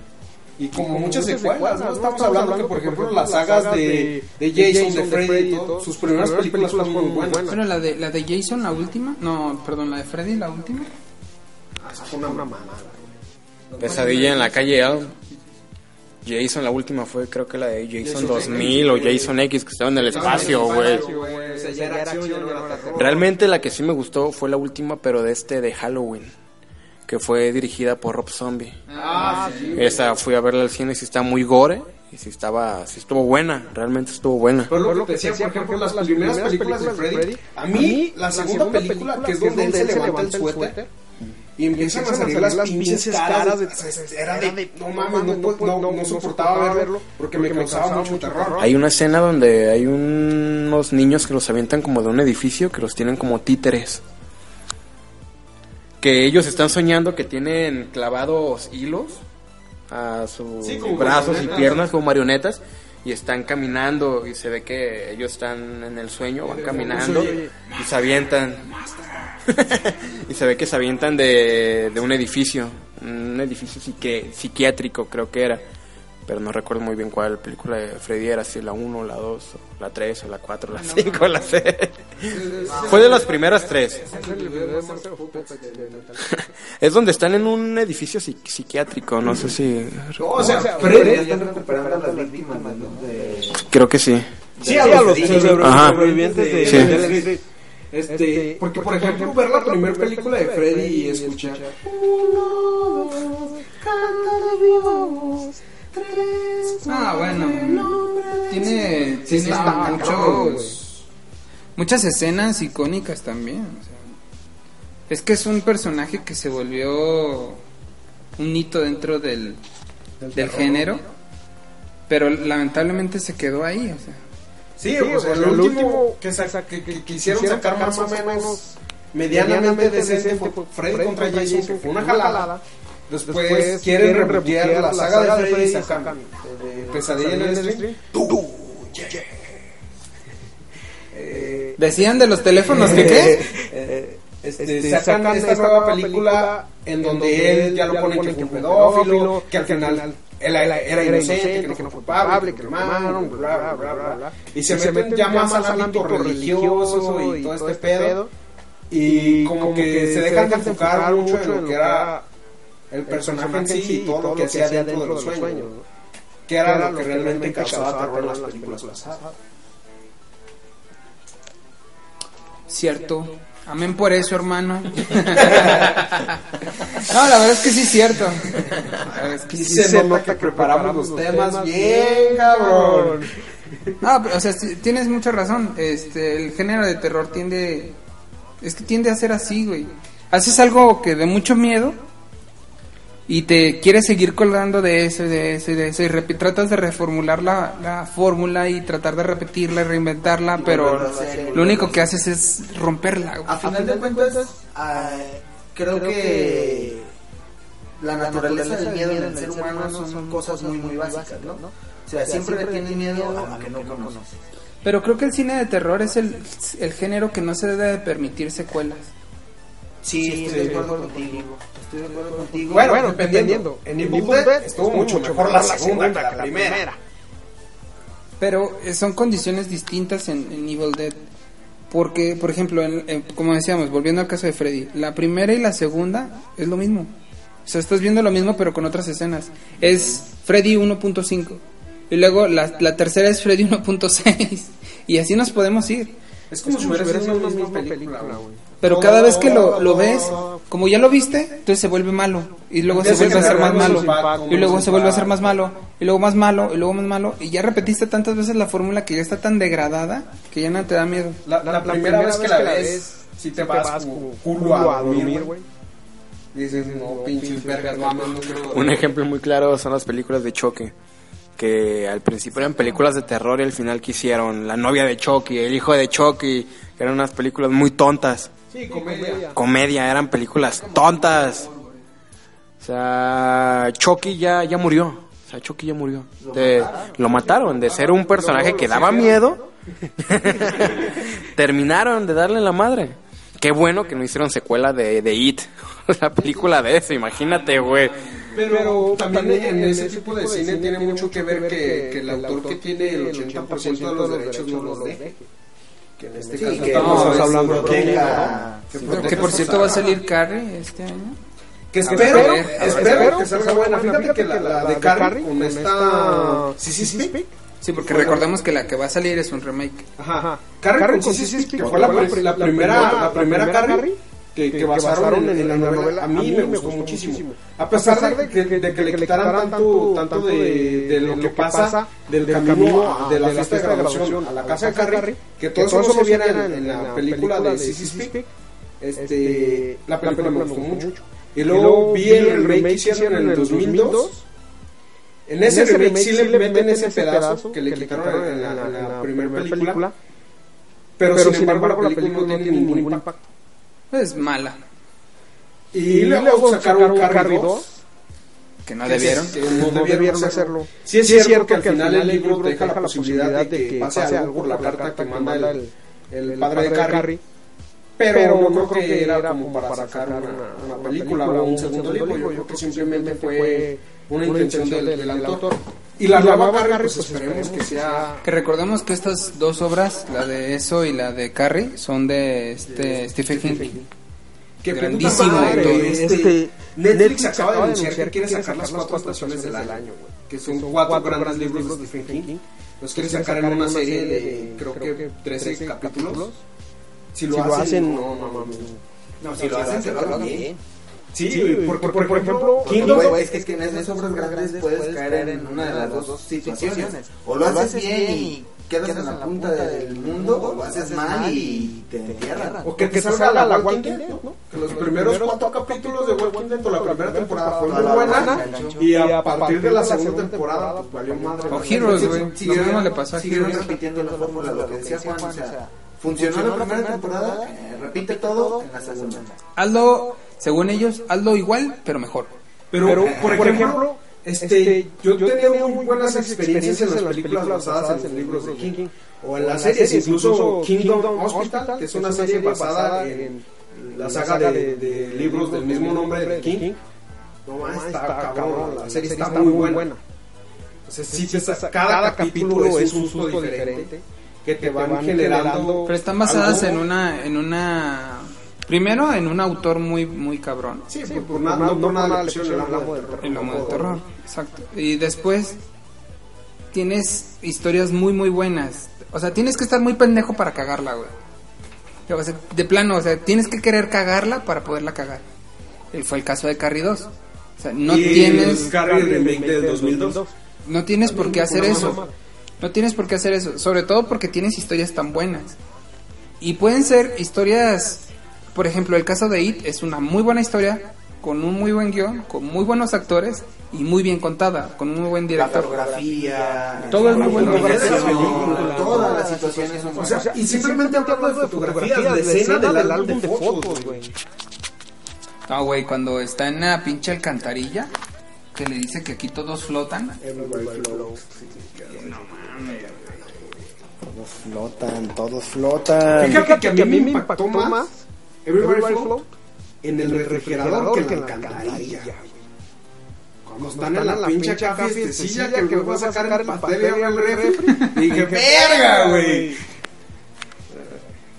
Speaker 4: y como muchas secuelas, ¿no? Estamos hablando que, por ejemplo, las sagas de, de Jason, de Freddy, y todo, sus primeras películas fueron muy buenas.
Speaker 3: Bueno, la de, la de Jason, la última, no, perdón, la de Freddy, la última.
Speaker 4: Ah, esa fue una mamada.
Speaker 2: Pesadilla en la calle Elm. Jason, la última fue creo que la de Jason 2000 o Jason X que estaba en el espacio, güey. Realmente la que sí me gustó fue la última, pero de este de Halloween que fue dirigida por Rob Zombie.
Speaker 4: Ah, sí,
Speaker 2: Esa fui a verla al cine y si está muy gore y si estaba, si estuvo buena, realmente estuvo buena.
Speaker 4: Pero lo, lo que te decía, por ejemplo, las, las primeras películas, películas de Freddy, a mí la, la segunda, segunda película, película que es donde él se levanta el suéter y empiezan, empiezan a salir las pinches caras de, era de no mames, no, no, no, no soportaba verlo porque me causaba mucho terror.
Speaker 2: Hay una escena donde hay un, unos niños que los avientan como de un edificio que los tienen como títeres que ellos están soñando que tienen clavados hilos a sus sí, brazos y piernas como marionetas y están caminando y se ve que ellos están en el sueño, van caminando y se avientan. y se ve que se avientan de, de un edificio, un edificio psique, psiquiátrico creo que era. pero no recuerdo muy bien cuál película de Freddy era, si la 1, la 2, la 3, la 4, la 5, no, no, la 6. Fue de las primeras tres. es donde están en un edificio psiqui psiquiátrico, no sé si...
Speaker 1: No, o sea, Freddy están recuperando a las víctimas, ¿no? De...
Speaker 2: Creo que sí.
Speaker 4: Sí, a los sobrevivientes de... Sí. Este, porque, por ejemplo, ver la primera película de Freddy y escuchar... Uno, dos,
Speaker 3: canta Ah, bueno. Tiene, tiene está, muchos, muchas escenas icónicas también. O sea, es que es un personaje que se volvió un hito dentro del, del, del género, pero lamentablemente se quedó ahí. O sea.
Speaker 4: Sí, sí o sea, lo, lo último que, sa que, que, que hicieron sacar más o menos medianamente decente fue Freddy contra Jason, que fue una jalada. Después, Después, quieren, quieren repudiar la, la saga de Freddy sacan de Pesadilla en el Street. Tú, yeah, yeah.
Speaker 3: eh, Decían de los teléfonos eh, que qué?
Speaker 4: Eh, este, sacan, sacan, esta nueva película en donde él ya lo pone que fue un pedófilo, que al final él, él, él era, inocente, que no fue culpable, que lo quemaron, bla, bla, bla, bla. Y se, y se meten ya más al ámbito religioso y todo este pedo. Y como que se dejan de enfocar mucho en lo que era el personaje, el personaje en sí y todo, todo lo que hacía dentro, dentro de los sueños, sueños ¿no? que era, era lo que realmente causaba terror en las películas pasadas.
Speaker 3: Cierto. Amén por eso, hermano. no, la verdad es que sí es cierto.
Speaker 4: Es que sí, se, se nota que preparamos los temas bien, cabrón.
Speaker 3: No, pero, o sea, tienes mucha razón. Este, el género de terror tiende es que tiende a ser así, güey. Haces algo que de mucho miedo, y te quieres seguir colgando de eso y de eso y de eso y tratas de reformular la, la fórmula y tratar de repetirla y reinventarla, y pero lo serie, único que haces es romperla.
Speaker 1: A final de cuentas, ah, creo, creo que, que la naturaleza, naturaleza del miedo en el ser humano, humano son cosas muy, muy básicas, ¿no? ¿no? O sea, siempre le tienes miedo a lo que no conoces.
Speaker 3: Pero creo que el cine de terror es el, el género que no se debe de permitir secuelas.
Speaker 1: Sí, sí, estoy de acuerdo contigo. Estoy de acuerdo contigo.
Speaker 4: Bueno, bueno dependiendo. En Evil Dead estuvo mucho mejor la segunda que la primera.
Speaker 3: Pero eh, son condiciones distintas en, en Evil Dead. Porque, por ejemplo, en, en, como decíamos, volviendo al caso de Freddy, la primera y la segunda es lo mismo. O sea, estás viendo lo mismo pero con otras escenas. Es Freddy 1.5. Y luego la, la tercera es Freddy 1.6. Y así nos podemos ir.
Speaker 4: Es como, es como si hubiera sido la misma película, güey.
Speaker 3: Pero cada vez que lo, lo, ves, como ya lo viste, entonces se vuelve malo. Y luego se vuelve a ser más malo. Y luego se vuelve a ser más malo. Y luego más malo. Y luego más malo. Y ya repetiste tantas veces la fórmula que ya está tan degradada que ya no te da miedo.
Speaker 4: La, la, la primera, primera, vez que la ves, si te, te vas, vas culo a dormir, güey. Dices, no, pinches vergas, no, no, no,
Speaker 2: Un ejemplo muy claro son las películas de choque que al principio eran películas de terror y al final quisieron La novia de Chucky, El hijo de Chucky, que eran unas películas muy tontas.
Speaker 4: Sí, comedia.
Speaker 2: Comedia, eran películas tontas. O sea, Chucky ya, ya murió. O sea, Chucky ya murió. De, ¿Lo, mataron? lo mataron, de ser un personaje que daba miedo. terminaron de darle la madre. Qué bueno que no hicieron secuela de, de It, la película de eso, imagínate, güey.
Speaker 4: Pero, pero, también, también en, en ese tipo de, cine, cine tiene mucho que ver que, que el autor que tiene el 80% de los derechos no los deje. Que en este sí, caso que estamos
Speaker 3: hablando de que, la... que, sí, que por cierto va a salir Carrie este año.
Speaker 4: Que espero, ver, espero, espero, que salga buena. Fíjate que la, la de Carrie con esta... Sí, sí, sí.
Speaker 3: Sí, porque recordemos que la que va a salir es un remake.
Speaker 4: Ajá, ajá. Carrie con sí, que fue la, la primera, la primera Carrie que, que, que, basaron, en, en la, novela, novela, a mí, me, gustó, me gustó muchísimo. muchísimo. A pesar, a pesar de, que, de, de, que, le quitaran tanto, tanto de, de lo, lo que pasa del camino a, de la fiesta de graduación a la casa de Carrie, que todo eso no se viera en, en, la película de Sissy Speak, este, la película me gustó mucho. Y luego vi el remake que hicieron en el 2002. En ese remake sí le meten ese pedazo que le quitaron en la primera película, pero sin embargo la película no tiene ningún impacto
Speaker 3: es mala.
Speaker 4: Y, y luego sacaron, sacaron Carrie 2.
Speaker 3: Que no debieron.
Speaker 4: Que no, no debieron hacerlo. Sí es, sí es cierto, cierto que, al final el libro deja la posibilidad de que pase algo por la carta que manda el, el padre de Carrie. Pero, pero no creo que, que era como para sacar una, una, una película o un segundo libro. Yo creo que simplemente fue una intención del, del autor. Y la, nueva Carrie, pues esperemos que sea...
Speaker 3: Que recordemos que estas dos obras, la de eso y la de Carrie, son de este Stephen King.
Speaker 4: Que
Speaker 3: Grandísimo
Speaker 4: puta madre,
Speaker 3: autor.
Speaker 4: este, Netflix acaba de anunciar que quiere sacar las cuatro adaptaciones del año, güey, Que son cuatro grandes libros de Stephen King. Los quiere sacar en una serie de, creo que 13 capítulos. Si lo hacen, no, no mames. No, si lo hacen, se lo hagan bien. Sí, güey, porque, porque, por ejemplo, Kingdom...
Speaker 1: Güey, es que, es que en esas obras grandes puedes caer en una de las dos situaciones. O lo haces bien y quedas en la punta del mundo, o lo haces mal y te entierran.
Speaker 4: O que, te salga la, la Walking Dead, ¿no? Que los primeros cuatro capítulos de Walking Dead, o la primera temporada fue muy buena, y a partir de la segunda temporada, pues valió madre.
Speaker 3: O Heroes, güey.
Speaker 1: Sí,
Speaker 3: Lo mismo
Speaker 1: sí,
Speaker 3: le pasó a
Speaker 1: sí,
Speaker 3: Heroes.
Speaker 1: repitiendo la fórmula, lo que decía Juan, o sea, funcionó la primera temporada, eh, repite todo en la segunda.
Speaker 3: Hazlo, según ellos, hazlo igual, pero mejor.
Speaker 4: Pero, por, ejemplo, este, yo he tenido muy buenas experiencias en las películas basadas en libros de King. O en las series, incluso Kingdom Hospital, que es una serie basada en la saga de, de libros del mismo nombre de King. No mames, está cabrón, la serie está muy buena. O sea, sí te sa- cada capítulo es un susto diferente que te van generando.
Speaker 3: Pero están basadas en
Speaker 4: algo.
Speaker 3: una, en una, primero en un autor muy, muy cabrón,
Speaker 4: Sí, por, por nada, no por nada le pusieron el amo del
Speaker 3: el lomo del
Speaker 4: terror.
Speaker 3: terror, exacto. Y después tienes historias muy, muy buenas. O sea, tienes que estar muy pendejo para cagarla, güey. O sea, de plano, o sea, tienes que querer cagarla para poderla cagar. Y fue el caso de Carrie 2. O sea, no
Speaker 4: y
Speaker 3: tienes...
Speaker 4: el Carrie Remake del 2002.
Speaker 3: No tienes por qué hacer eso. No tienes por qué hacer eso. Sobre todo porque tienes historias tan buenas. Y pueden ser historias. Por ejemplo, el caso de It es una muy buena historia. Con un muy buen guión. Con muy buenos actores. Y muy bien contada. Con un muy buen
Speaker 1: La
Speaker 3: director.
Speaker 1: fotografía,
Speaker 3: Todo es muy bueno.
Speaker 1: bueno. Todas las situaciones son
Speaker 4: O
Speaker 1: buenas.
Speaker 4: sea, y simplemente hablando de fotografías, de escena del álbum de fotos, güey.
Speaker 3: Ah, güey, cuando está en la pinche alcantarilla. Que le dice que aquí todos flotan.
Speaker 2: Todos flotan, todos flotan.
Speaker 4: Fíjate que a mí me impactó más Everybody Float en el refrigerador que en la alcantarilla, güey. Cuando están en la pinche caja fiestecilla que me voy a sacar el pastel y abro el refri, dije, ¡verga, güey!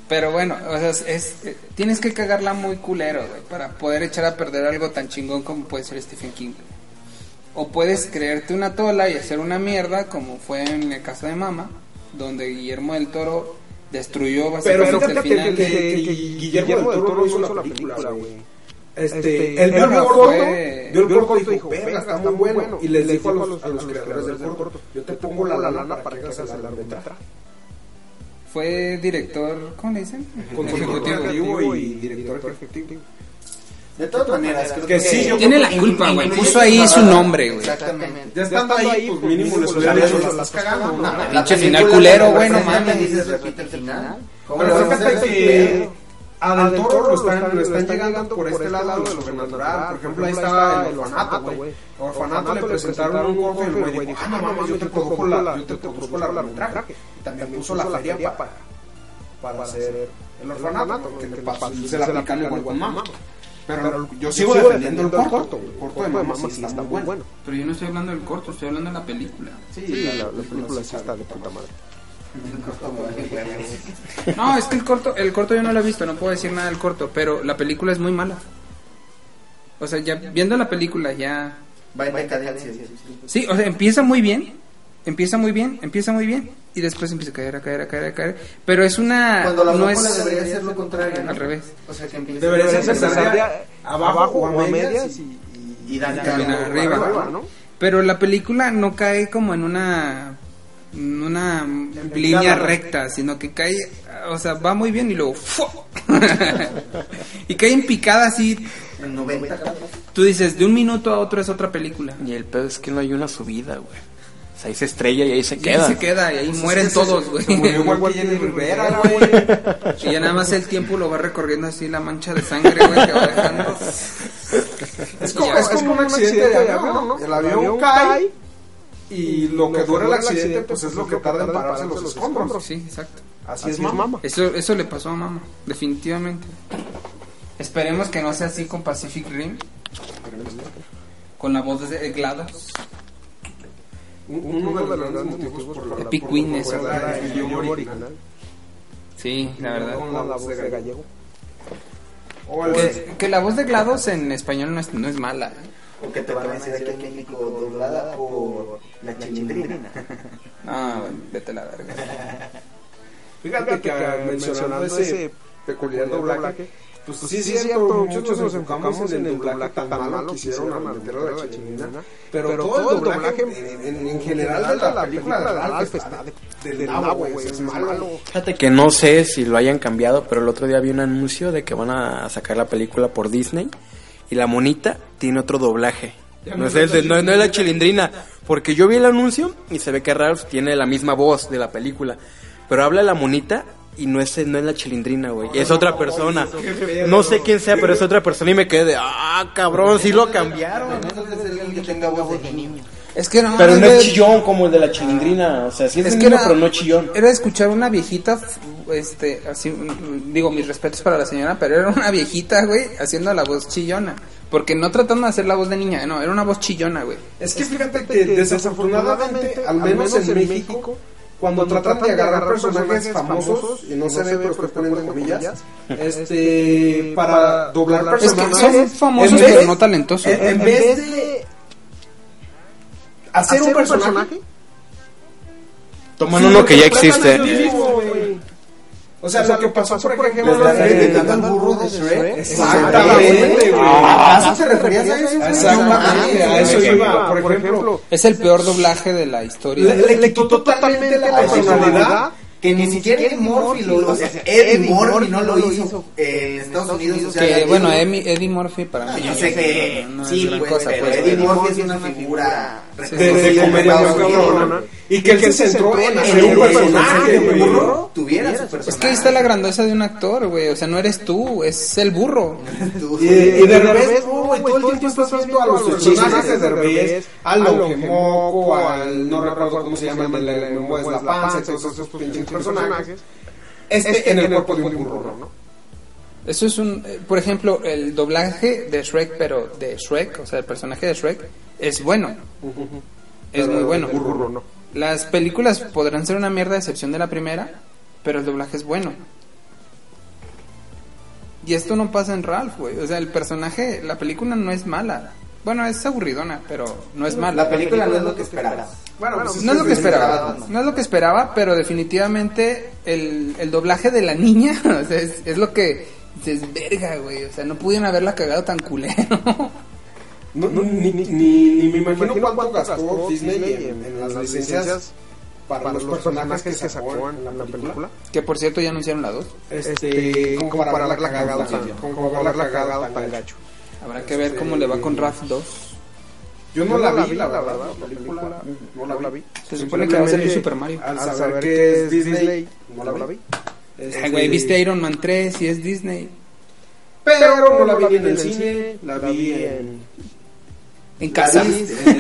Speaker 3: Pero bueno, o sea, es, es- tienes que cagarla muy culero, güey, para poder echar a perder algo tan chingón como puede ser Stephen King. O puedes creerte una tola y hacer una mierda, como fue en el caso de Mama, donde Guillermo del Toro destruyó
Speaker 4: Pero
Speaker 3: básicamente el
Speaker 4: fíjate que,
Speaker 3: final.
Speaker 4: que- que Guillermo del Toro hizo la película, güey. Este, él
Speaker 3: él
Speaker 4: vio el
Speaker 3: vio
Speaker 4: corto,
Speaker 3: fue-
Speaker 4: vio el corto y dijo, verga, está muy bueno. Y les dijo a los, a los creadores del corto, yo te pongo la lana para que hagas el arbitraje.
Speaker 3: Fue director, ¿cómo le dicen?
Speaker 4: Consultor creativo y director ejecutivo.
Speaker 1: De todas maneras, creo
Speaker 4: Que sí, yo-
Speaker 3: Tiene la culpa, güey. Puso ahí su nombre, güey.
Speaker 1: Exactamente.
Speaker 4: Ya estando ahí, pues mínimo les hubiera dicho, "Las estás cagando, ¿no?".
Speaker 3: Pinche final culero, güey, no mames.
Speaker 1: dices repite el final. ¿Cómo
Speaker 4: Pero
Speaker 1: lo vas a
Speaker 4: fíjate
Speaker 1: hacer?
Speaker 4: que a Del Toro lo están, lo están llegando por este lado de lo sobrenatural. Por ejemplo, ahí estaba el orfanato, güey. Al orfanato le presentaron un gordo y el güey dijo, ah, no mames, yo te produjo la, yo te produzco la largometraje. Y también puso la feria para, para hacer el orfanato, que le pasó, se la aplican igual con mamá. Pero yo sigo defendiendo el corto, güey. el corto de mamá sí está muy bueno.
Speaker 3: Pero yo no estoy hablando del corto, estoy hablando de la película. No, es que el corto, el corto yo no lo he visto, no puedo decir nada del corto, pero la película es muy mala. O sea, ya viendo la película ya
Speaker 1: Va en decadencia. sí, sí.
Speaker 3: Sí, o sea, empieza muy bien, empieza muy bien, empieza muy bien y después empieza a caer, a caer, a caer, a caer, pero es una
Speaker 1: Cuando la
Speaker 3: no
Speaker 1: película
Speaker 3: es
Speaker 1: debería ser lo contrario. ¿no?
Speaker 3: al revés.
Speaker 1: O sea, que empiece
Speaker 4: Debería ser
Speaker 1: debería
Speaker 4: necesaria abajo o a medias y
Speaker 1: y dan
Speaker 3: Termina arriba, ¿no? Pero la película no cae como en una en una línea recta, sino que cae, o sea, va muy bien y luego ¡fua! y cae en picada así.
Speaker 1: En 90 grados.
Speaker 3: Tú dices, de un minuto a otro es otra película.
Speaker 2: Y el pedo es que no hay una subida, güey. O sea, ahí se estrella y ahí se
Speaker 3: Y ahí
Speaker 2: queda.
Speaker 3: se queda y ahí mueren todos, güey.
Speaker 4: Igual que Jenny Rivera, güey.
Speaker 3: Y ya nada más el tiempo lo va recorriendo así la mancha de sangre, güey, que va dejando.
Speaker 4: Es como, es como un accidente de avión, ¿no? El avión cae y lo que dura el accidente, pues es lo que tarda en pararse los escombros.
Speaker 3: Sí, exacto.
Speaker 4: Así es, mamá.
Speaker 3: Eso, eso le pasó a mamá, definitivamente. Esperemos que no sea así con Pacific Rim. Con la voz de GLaDOS.
Speaker 4: uno, uno de los grandes motivos por la
Speaker 3: Epic
Speaker 4: por-
Speaker 3: Win,
Speaker 4: por-
Speaker 3: eso.
Speaker 4: por la- el idioma original.
Speaker 3: Sí, la verdad.
Speaker 4: Con la voz de gallego. O el-
Speaker 3: Que, que la voz de GLaDOS en español no es, no es mala. ¿eh?
Speaker 1: O que te van a decir aquí en México doblada por la chilindrina.
Speaker 3: No, vete a la verga.
Speaker 4: Fíjate que ah, mencionando ese peculiar doblaje, pues sí, sí, es cierto, muchos nos enfocamos en el doblaje tan malo que hicieron a Mantero de la Chilindrina, pero, todo el doblaje en, en- en general de la película de Ralph está de, de, nabo, güey, es malo.
Speaker 2: Fíjate que no sé si lo hayan cambiado, pero el otro día vi un anuncio de que van a sacar la película por Disney y la monita tiene otro doblaje. No es, el de- no, no es la chilindrina, porque yo vi el anuncio y se ve que Ralph tiene la misma voz de la película, pero habla la monita y no es, no es la chilindrina, güey, es otra persona. No sé quién sea, pero es otra persona y me quedé de, ah, cabrón, sí lo cambiaron.
Speaker 1: que tenga voz de niño.
Speaker 3: Es que no,
Speaker 2: Pero no es
Speaker 3: güey,
Speaker 2: chillón como el de la chilindrina, o sea, sí es,
Speaker 3: Es
Speaker 2: el
Speaker 3: que
Speaker 2: mismo,
Speaker 3: era,
Speaker 2: pero no chillón.
Speaker 3: era escuchar una viejita, f- este, así, mm, digo, mis respetos para la señora, pero era una viejita, güey, haciendo la voz chillona. Porque no tratando de hacer la voz de niña, no, era una voz chillona, güey.
Speaker 4: Es que fíjate que desafortunadamente, al menos en México, cuando tratan de agarrar personajes famosos, y no se ve, pero estoy poniendo comillas, este, para doblar
Speaker 3: Es que
Speaker 4: personajes...
Speaker 3: son famosos,
Speaker 4: en vez-
Speaker 3: pero no talentosos.
Speaker 4: en- en vez de hacer un personaje,
Speaker 2: Toman uno que ya existe.
Speaker 4: o sea, lo que pasó, por ejemplo,
Speaker 1: Les dan-
Speaker 4: en-
Speaker 1: les dan al burro de Shrek.
Speaker 4: Exactamente, güey.
Speaker 1: ¿A eso te referías a eso?
Speaker 4: Exactamente, a eso
Speaker 1: Exactamente.
Speaker 4: iba. Por ejemplo,
Speaker 3: Es el peor doblaje de la historia.
Speaker 4: le, le quitó totalmente la personalidad.
Speaker 1: Que ni siquiera Eddie Murphy lo hizo. O sea, Eddie Murphy no lo hizo. Eh, En Estados Unidos, o sea,
Speaker 3: que,
Speaker 1: Eddie-
Speaker 3: bueno, Emi- Eddie Murphy para mí.
Speaker 1: Yo sé que
Speaker 3: no, no es
Speaker 1: sí,
Speaker 3: gran
Speaker 1: güey,
Speaker 3: cosa,
Speaker 1: pero
Speaker 3: pues,
Speaker 1: Eddie
Speaker 3: pero-
Speaker 1: Murphy es una figura
Speaker 4: De, de
Speaker 1: reconocida en
Speaker 4: comedia
Speaker 1: Estados
Speaker 4: muy
Speaker 1: Unidos.
Speaker 4: cabrona. Y que él se centró en
Speaker 1: En
Speaker 4: hacer un personaje,
Speaker 1: personaje,
Speaker 4: güey.
Speaker 1: burro tuviera su personaje.
Speaker 3: Es que ahí está la grandeza de un actor, güey. O sea, no eres tú, es el burro.
Speaker 1: Tú-
Speaker 4: Y, y de revés, no, güey, todo el tiempo estás viendo a los personajes de revés, al Longemoco, al no recuerdo cómo se llama, el de es la panza, y todos esos pinches personajes. Este en el cuerpo de un burro, ¿no?
Speaker 3: Eso es un, eh, por ejemplo, el doblaje de Shrek, pero de Shrek, o sea, el personaje de Shrek, es bueno. Es muy bueno.
Speaker 4: Un burro, ¿no?
Speaker 3: Las películas podrán ser una mierda a excepción de la primera, pero el doblaje es bueno. Y esto no pasa en Ralph, güey. O sea, el personaje, la película no es mala. Bueno, es aburridona, pero no es mala.
Speaker 1: La película no es lo que esperabas.
Speaker 4: Bueno, pues
Speaker 3: No es lo que esperaba.
Speaker 1: Batman.
Speaker 3: No es lo que esperaba, pero definitivamente el, el doblaje de la niña o sea, es, es lo que dices, verga, güey. O sea, no pudieron haberla cagado tan culero.
Speaker 4: No, no, ni, ni, ni, ni me imagino cuánto gastó Disney en, en las licencias para los personajes que se sacó en la, en la película.
Speaker 3: que por cierto ya anunciaron la 2.
Speaker 4: Este, como para haberla cagado tan, como para haberla cagado tan gacho.
Speaker 3: Habrá que ver cómo le va con Ralph 2.
Speaker 4: Yo no la vi, la verdad, la película, no la vi.
Speaker 3: Se supone que va a salir Super Mario.
Speaker 4: Al saber que es Disney, no la vi.
Speaker 3: Ay, Ah, güey, viste Iron Man 3 y es Disney.
Speaker 4: Pero no la vi ni en el cine, la vi en...
Speaker 3: En casa.
Speaker 1: La viste,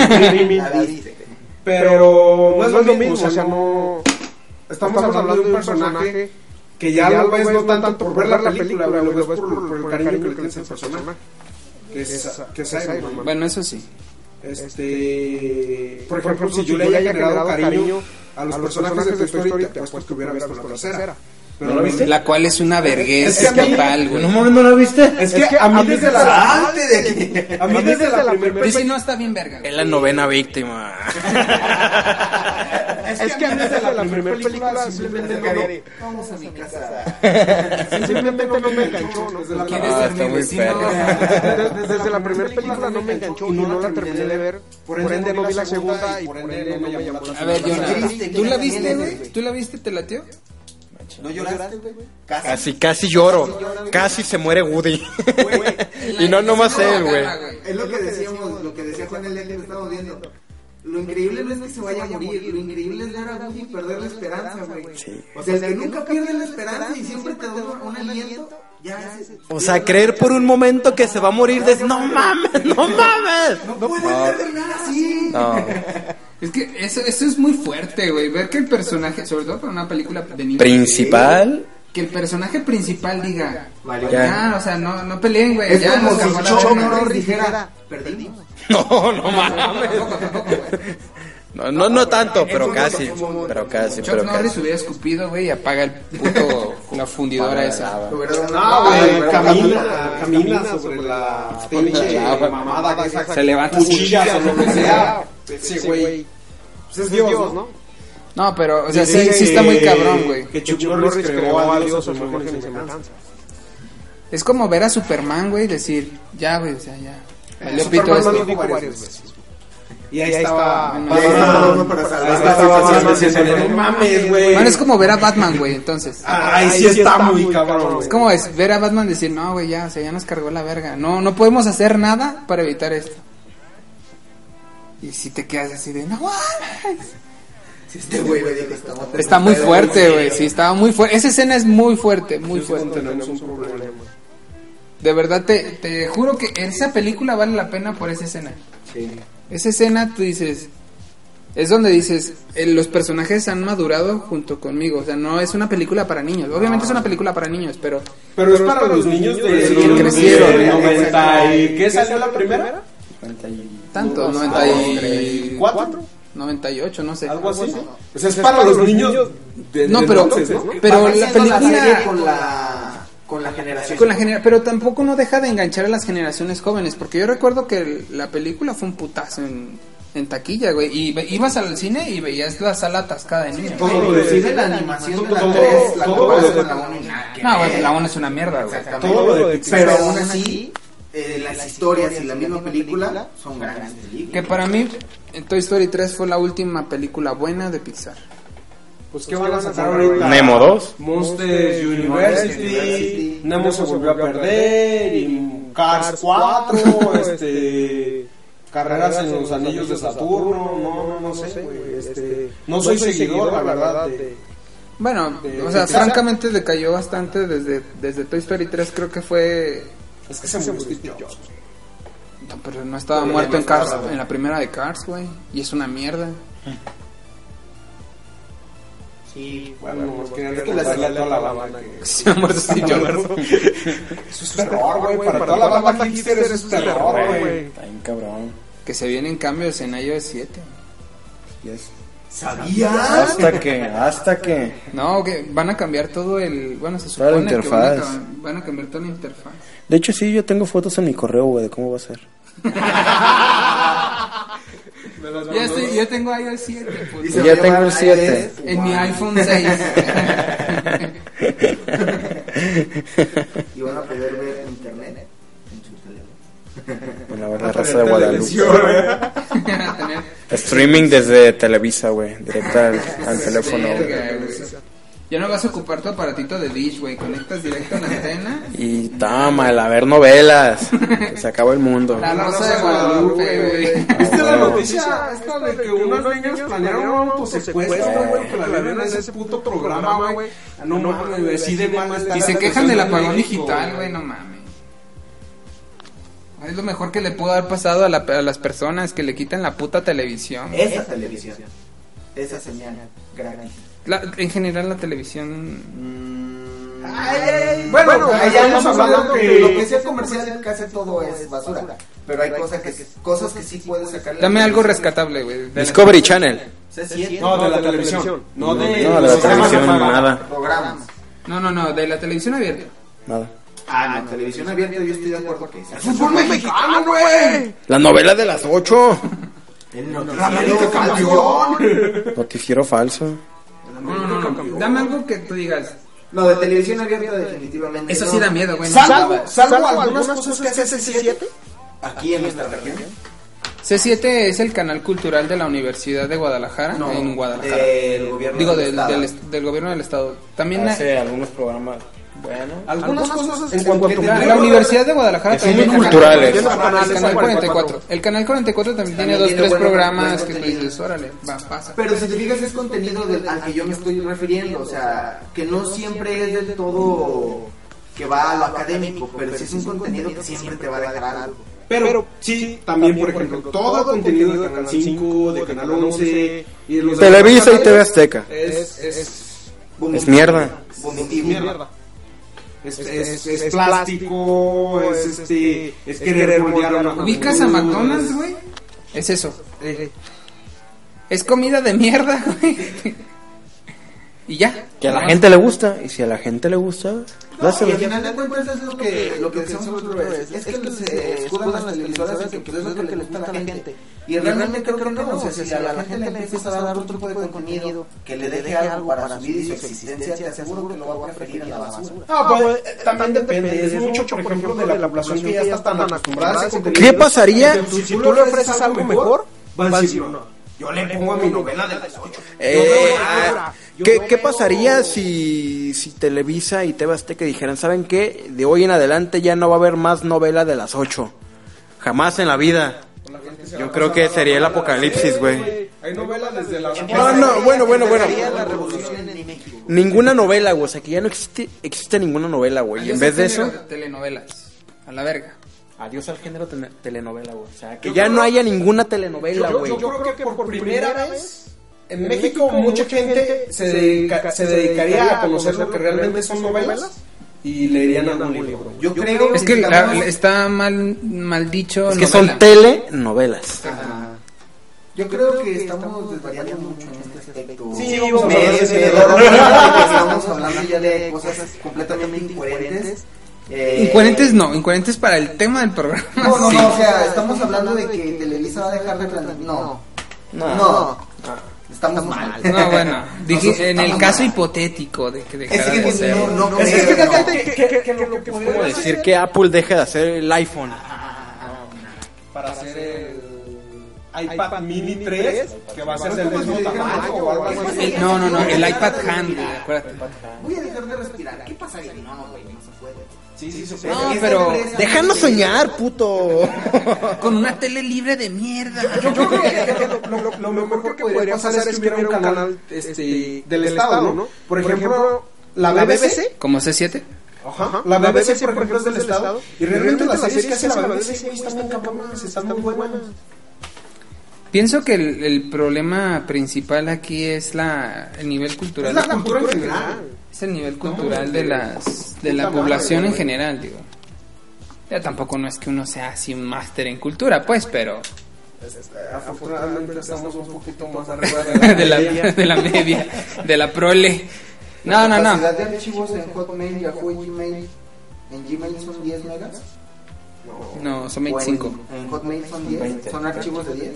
Speaker 1: la viste.
Speaker 4: Pero no es lo mismo, o sea, no... Estamos hablando de un personaje que ya lo ves no tanto por ver la película, güey, lo ves por, por el cariño que le tienes al personaje. Que es, que es Iron Man.
Speaker 3: Bueno, eso sí.
Speaker 4: Este, por ejemplo, si yo le haya generado cariño a los personajes de Toy Story, te apuesto que hubiera visto la tercera. Pero no viste.
Speaker 3: La cual es una vergüenza
Speaker 4: Es que a mí-
Speaker 3: escapal, güey.
Speaker 2: ¿No la viste?
Speaker 4: Es que, a mí desde la
Speaker 1: Salte de aquí.
Speaker 4: a mí desde la primera
Speaker 3: Pero si no está bien verga. güey.
Speaker 2: Es la novena víctima.
Speaker 4: es que a mí desde la primera película simplemente no
Speaker 1: Vamos a mi casa.
Speaker 4: simplemente no me enganchó, ¿no? Desde la
Speaker 3: ¿Quieres
Speaker 2: Ah,
Speaker 3: ser
Speaker 2: está
Speaker 3: mi
Speaker 2: muy
Speaker 3: vecino?
Speaker 2: perro.
Speaker 4: desde, la primera película no me enganchó y no la terminé de ver, por ende no vi la segunda y por ende no me llamó la
Speaker 3: A ver, Jonathan.
Speaker 1: viste,
Speaker 3: ¿Tú la
Speaker 1: Jonathan,
Speaker 3: viste,
Speaker 1: ya
Speaker 3: güey?
Speaker 1: viste.
Speaker 3: ¿Tú la viste? ¿Te latió?
Speaker 1: ¿No lloraste, güey? Casi.
Speaker 2: Casi, casi lloro. Casi se muere Woody. y no nomás él, güey.
Speaker 1: Es lo que decíamos, lo que decía Juan el día que lo estábamos viendo. Lo increíble no es que se vaya a morir, lo increíble es ver a Woody perder la esperanza, güey. O sea, el que nunca pierde la esperanza y siempre te da un, un aliento, ya es...
Speaker 2: O sea, creer por un momento que se va a morir de... ¡No mames! ¡No mames!
Speaker 1: No puedes terminar así.
Speaker 2: No.
Speaker 3: Es que eso, eso es muy fuerte, güey. Ver que el personaje, sobre todo para una película de niños,
Speaker 2: Principal.
Speaker 3: que el personaje principal diga,
Speaker 1: Vale.
Speaker 3: ya, o sea, no, no peleen, güey.
Speaker 1: Es
Speaker 3: ya,
Speaker 1: como
Speaker 3: nos
Speaker 1: si
Speaker 3: acabó la
Speaker 1: Chuck
Speaker 3: verga".
Speaker 1: Norris dijera, perdimos.
Speaker 2: No, no mames.
Speaker 3: Tampoco, tampoco, güey.
Speaker 2: No, no, no tanto, pero casi. Pero casi,
Speaker 3: Chuck
Speaker 2: pero
Speaker 3: Norris
Speaker 2: casi.
Speaker 3: hubiera escupido, güey, y apaga el puto, la fundidora esa.
Speaker 4: No, güey, camina, camina sobre la pinche mamada de esa
Speaker 3: Se levanta así.
Speaker 4: cuchilla o lo que sea. Ese güey. Pues es Dios, ¿no?
Speaker 3: No, pero, o sea, sí, sí está muy cabrón, güey.
Speaker 4: Que Chuck Norris creó a Dios a su imagen y semejanza.
Speaker 3: Es como ver a Superman, güey, y decir, ya, güey, o sea, ya. Valió
Speaker 4: Superman
Speaker 3: pito
Speaker 4: lo
Speaker 3: esto.
Speaker 4: dijo varias veces. Y ahí está.
Speaker 3: Bueno,
Speaker 1: Ahí está Batman para salvar.
Speaker 4: Ahí está Batman diciendo, no mames, güey.
Speaker 3: Bueno, es como ver a Batman, güey, entonces.
Speaker 4: Ay, sí está muy cabrón, güey.
Speaker 3: Es como es ver a Batman decir, no, güey, ya, o sea, ya nos cargó la verga. No, no podemos hacer nada para evitar esto. Y si te quedas así de, no mames.
Speaker 1: Este güey me dijo, estamos-
Speaker 3: Está muy fuerte, güey, sí, estaba muy fuerte. Esa escena es muy fuerte, muy fuerte.
Speaker 4: Tenemos un problema.
Speaker 3: De verdad, te, te juro que esa película vale la pena por esa escena. Esa escena, tú dices, es donde dices, eh, los personajes han madurado junto conmigo. O sea, no es una película para niños. Obviamente es una película para niños, pero...
Speaker 4: Pero es para los niños de
Speaker 3: Sí, que crecieron.
Speaker 4: de 90 y ¿qué salió la primera?
Speaker 3: Tanto, 94,
Speaker 4: 94,
Speaker 3: 98, no sé.
Speaker 4: algo así. O sea, es para los niños de
Speaker 3: No,
Speaker 4: de
Speaker 3: pero,
Speaker 4: entonces, ¿no?
Speaker 3: pero
Speaker 1: Van
Speaker 3: la
Speaker 1: haciendo
Speaker 3: película...
Speaker 1: serie con la con la generación.
Speaker 3: Con la genera- pero tampoco no deja de enganchar a las generaciones jóvenes, porque yo recuerdo que el- la película fue un putazo en, en taquilla, güey, y ve- ibas al cine y veías la sala atascada de niños.
Speaker 1: Todo lo de- inclusive la animación de la
Speaker 4: todo-
Speaker 1: 3, la
Speaker 4: todo
Speaker 1: comparas
Speaker 4: lo de-
Speaker 1: con la 1 y nada. que
Speaker 3: No,
Speaker 1: ver.
Speaker 3: güey, la una es una mierda, güey.
Speaker 1: Exactamente.
Speaker 4: todo lo de Pixar.
Speaker 1: Pero aún así, eh, las historias y la misma película son grandes películas.
Speaker 3: Que para mí, Toy Story 3 fue la última película buena de Pixar.
Speaker 4: Pues qué van a sacar ahorita?
Speaker 2: Nemo 2.
Speaker 4: Monsters University, Nemo se volvió a perder, y Cars 4, este, carreras en los anillos de Saturno, no, no, no sé, güey, este, no soy seguidor, la verdad, de-
Speaker 3: Bueno,
Speaker 4: De-
Speaker 3: o
Speaker 4: de
Speaker 3: sea,
Speaker 4: Pixar.
Speaker 3: francamente decayó bastante desde, desde Toy Story 3, creo que fue...
Speaker 4: es que se me gusta Steve Jobs.
Speaker 3: No, pero no estaba muerto en Cars, en la primera de Cars, güey, y es una mierda.
Speaker 1: Sí,
Speaker 4: Bueno, nomás quería recordarle a toda la banda que
Speaker 3: Se ha muerto este Steve Jobs.
Speaker 4: eso es terror, güey, para toda la banda hipster eso es terror, güey.
Speaker 2: Está bien cabrón.
Speaker 3: Que se vienen cambios en iOS 7.
Speaker 2: Yes.
Speaker 1: ¿Sabías?
Speaker 2: Hasta que, hasta que.
Speaker 3: No, que van a cambiar todo el. Bueno, se
Speaker 2: Toda la
Speaker 3: supone que van a,
Speaker 2: interfaz.
Speaker 3: cam- van a cambiar toda la interfaz.
Speaker 2: De hecho, sí, yo tengo fotos en mi correo, güey, de cómo va a ser.
Speaker 3: Ya estoy, yo tengo iOS pues. 7. puto.
Speaker 1: Y se va
Speaker 2: Ya
Speaker 1: a
Speaker 2: tengo el
Speaker 1: llamar
Speaker 2: siete.
Speaker 1: iOS.
Speaker 3: En mi iPhone 6.
Speaker 1: Y van a poder ver en internet. En su teléfono.
Speaker 2: Bueno, a ver, la raza de Guadalupe.
Speaker 3: Van a tener-
Speaker 2: Streaming desde Televisa, güey. Directa al, al teléfono. güey.
Speaker 3: pues, Verga, güey. Ya no vas a ocupar tu aparatito de dish, güey. Conectas directo a la antena.
Speaker 2: Y tama, el haber novelas. Que se acaba el mundo.
Speaker 3: La rosa de Guadalupe, güey.
Speaker 4: ¿Viste la noticia esta de que unos niños planearon un autosecuestro, güey? Que la vieron en ese puto programa, güey. No mames, güey, así de mal está
Speaker 3: Y
Speaker 4: la
Speaker 3: se quejan del
Speaker 4: situación en
Speaker 3: apagón
Speaker 4: México,
Speaker 3: digital, güey, no mames. Es lo mejor que le pudo haber pasado a, la- a las personas que le quitan la puta televisión.
Speaker 1: Esa televisión. Esa señal. Gratis.
Speaker 3: La- en general la televisión... mm,
Speaker 1: Ay, ay, ay.
Speaker 4: Bueno,
Speaker 1: Bueno,
Speaker 4: ahí
Speaker 1: ya
Speaker 4: estamos
Speaker 1: hemos hablado
Speaker 4: hablando
Speaker 1: que
Speaker 4: que-
Speaker 1: lo que sea comercial casi todo es basura. Pero hay cosas que, cosas que sí puedes sacar.
Speaker 3: Dame algo rescatable, güey. de la-
Speaker 2: Discovery Channel.
Speaker 4: No, de la televisión. No, de
Speaker 2: No, de
Speaker 4: los
Speaker 2: la
Speaker 4: sistemas de
Speaker 2: televisión,
Speaker 4: pago.
Speaker 2: nada.
Speaker 1: Programas.
Speaker 3: No, no, no, de la televisión abierta.
Speaker 2: Nada.
Speaker 1: Ah, no, televisión abierta yo estoy de acuerdo que es.
Speaker 4: ¡Fútbol mexicano, güey!
Speaker 2: La novela de las 8.
Speaker 1: El
Speaker 4: ¡La
Speaker 1: noticiero
Speaker 4: América campeón!
Speaker 2: Noticiero falso.
Speaker 3: No, no, no, no. Dame algo que tú digas.
Speaker 1: No, de televisión abierta definitivamente.
Speaker 3: Eso
Speaker 1: no.
Speaker 3: sí da miedo, güey. no
Speaker 4: Salvo,
Speaker 3: mames.
Speaker 4: salvo algunas cosas que hace ese 7
Speaker 1: Aquí en nuestra región.
Speaker 3: C7 es el canal cultural de la Universidad de Guadalajara, Ah, en Guadalajara.
Speaker 1: Del gobierno.
Speaker 3: Digo,
Speaker 1: del
Speaker 3: Eh, del,
Speaker 1: estado.
Speaker 3: del est- del gobierno del estado. Ah, También la,
Speaker 2: algunos programas. Bueno.
Speaker 4: Algunas cosas en cuanto a
Speaker 3: la Universidad de Guadalajara
Speaker 2: son
Speaker 3: también
Speaker 2: muy eh.
Speaker 3: tiene
Speaker 2: culturales.
Speaker 3: El canal
Speaker 4: Tiene los canales
Speaker 3: 44. El canal 44 también tiene dos,
Speaker 1: tiene
Speaker 3: tres
Speaker 1: buen-
Speaker 3: programas
Speaker 1: buen
Speaker 3: que tú
Speaker 1: contenido.
Speaker 3: dices, órale, va, pasa.
Speaker 1: Pero si te fijas es contenido del, al que yo me estoy refiriendo, o sea, que no siempre es del todo que va a lo académico, pero sí es un contenido que siempre te va a dejar algo.
Speaker 4: Pero sí, también, por ejemplo, todo el contenido de Canal 5, de Canal 11 y de los
Speaker 2: Televisa y TV Azteca.
Speaker 4: Es, es,
Speaker 2: Es mierda.
Speaker 1: Vomitivo.
Speaker 4: es, es, es plástico, es este, es querer moldear a una
Speaker 3: ¿Ubicas a McDonald's, güey? Es eso.
Speaker 4: Eh, eh.
Speaker 3: Es comida de mierda, güey. y ya.
Speaker 2: Que a la gente le gusta. Y si a la gente le gusta,
Speaker 1: No, y al final de cuentas es lo que, lo que decíamos la otra vez. Es que se escudan las televisoras en que pues, es lo que le gusta a la gente. Y realmente creo que no. O sea, si a la gente le empiezas a dar otro tipo de contenido que le deje algo para su vida y su existencia, te aseguro que lo va a preferir a la basura.
Speaker 4: Ah, pues eh, también depende. Es mucho, por ejemplo, de la población que ya está tan acostumbrada a ese contenido.
Speaker 2: ¿Qué pasaría?
Speaker 4: Si tú le ofreces algo mejor, va a decir no. Yo le pongo a mi novela de las ocho.
Speaker 2: Eh, ah, ¿qué, qué pasaría si, si Televisa y TV Azteca dijeran, ¿saben qué? De hoy en adelante ya no va a haber más novela de las 8. Jamás en la vida. Yo creo que sería el apocalipsis, güey.
Speaker 4: Hay novelas desde la
Speaker 2: Ah, No, no, bueno, bueno, bueno.
Speaker 1: Sería la revolución en México.
Speaker 2: Ninguna novela, güey. O sea, que ya no existe, existe ninguna novela, güey. Y en vez de eso...
Speaker 3: Telenovelas. A la verga.
Speaker 2: Adiós al género tele- telenovela, güey. O sea, que ya no haya ninguna telenovela,
Speaker 4: Yo,
Speaker 2: güey.
Speaker 4: yo creo que por primera vez en México mucha gente se, dedica- se dedicaría a conocer lo que realmente son novelas y leerían algún libro. Yo
Speaker 1: Yo creo
Speaker 3: Es que la- está mal, mal dicho.
Speaker 2: Es que
Speaker 3: novela.
Speaker 2: son telenovelas.
Speaker 1: Yo creo que estamos desvariando mucho en este aspecto.
Speaker 4: Sí,
Speaker 1: Me-
Speaker 4: vamos a hablar de ese
Speaker 1: me
Speaker 4: error.
Speaker 1: da risa que Estamos hablando ya de cosas completamente incoherentes. Eh,
Speaker 3: Incoherentes no, incoherentes para el tema del programa.
Speaker 1: No, no,
Speaker 3: sí.
Speaker 1: no, o sea, estamos hablando de que Televisa va a dejar de transmitir. No, no, estamos mal.
Speaker 3: No, bueno, dije, en el caso hipotético de que dejara de
Speaker 1: Es que
Speaker 3: hacerlo.
Speaker 1: no, no,
Speaker 4: Es que
Speaker 1: creo.
Speaker 4: fíjate que, que- que lo que
Speaker 2: Como
Speaker 4: podría
Speaker 2: decir que Apple deje de hacer el iPhone.
Speaker 4: para hacer el iPad Mini 3, que va a ser del mismo tamaño o algo así.
Speaker 3: El- no, no, no, el iPad Hand, güey, acuérdate.
Speaker 1: Voy a dejar de respirar. ¿Qué pasaría? No, güey, no se puede.
Speaker 4: Sí, sí, se puede.
Speaker 3: No, pero
Speaker 2: Déjanos soñar, puto.
Speaker 3: con una tele libre de mierda.
Speaker 4: Yo creo que, que lo, lo- lo- lo mejor que podría pasar es que hubiera un canal este, del Estado, ¿no? Por ejemplo, la BBC.
Speaker 3: ¿Como C7?
Speaker 4: Ajá. La BBC, por ejemplo, es del Estado. Y realmente las series que hace la BBC, güey, están bien cabronas, están muy buenas.
Speaker 3: Pienso que el, el problema principal aquí es la, el nivel cultural.
Speaker 4: Es la cultura en general.
Speaker 3: Es el nivel cultural de las de la población en general, digo. Ya tampoco no es que uno sea así un máster en cultura, pues, pero
Speaker 4: Afortunadamente estamos un poquito más arriba
Speaker 3: de la, de la media, de la prole. No,
Speaker 1: La
Speaker 3: no, no.
Speaker 1: cantidad de archivos en Hotmail, Yahoo y Gmail. En Gmail son 10 megas.
Speaker 3: No, son
Speaker 1: o en-
Speaker 3: 25.
Speaker 1: En Hotmail son 10. Son archivos de 10.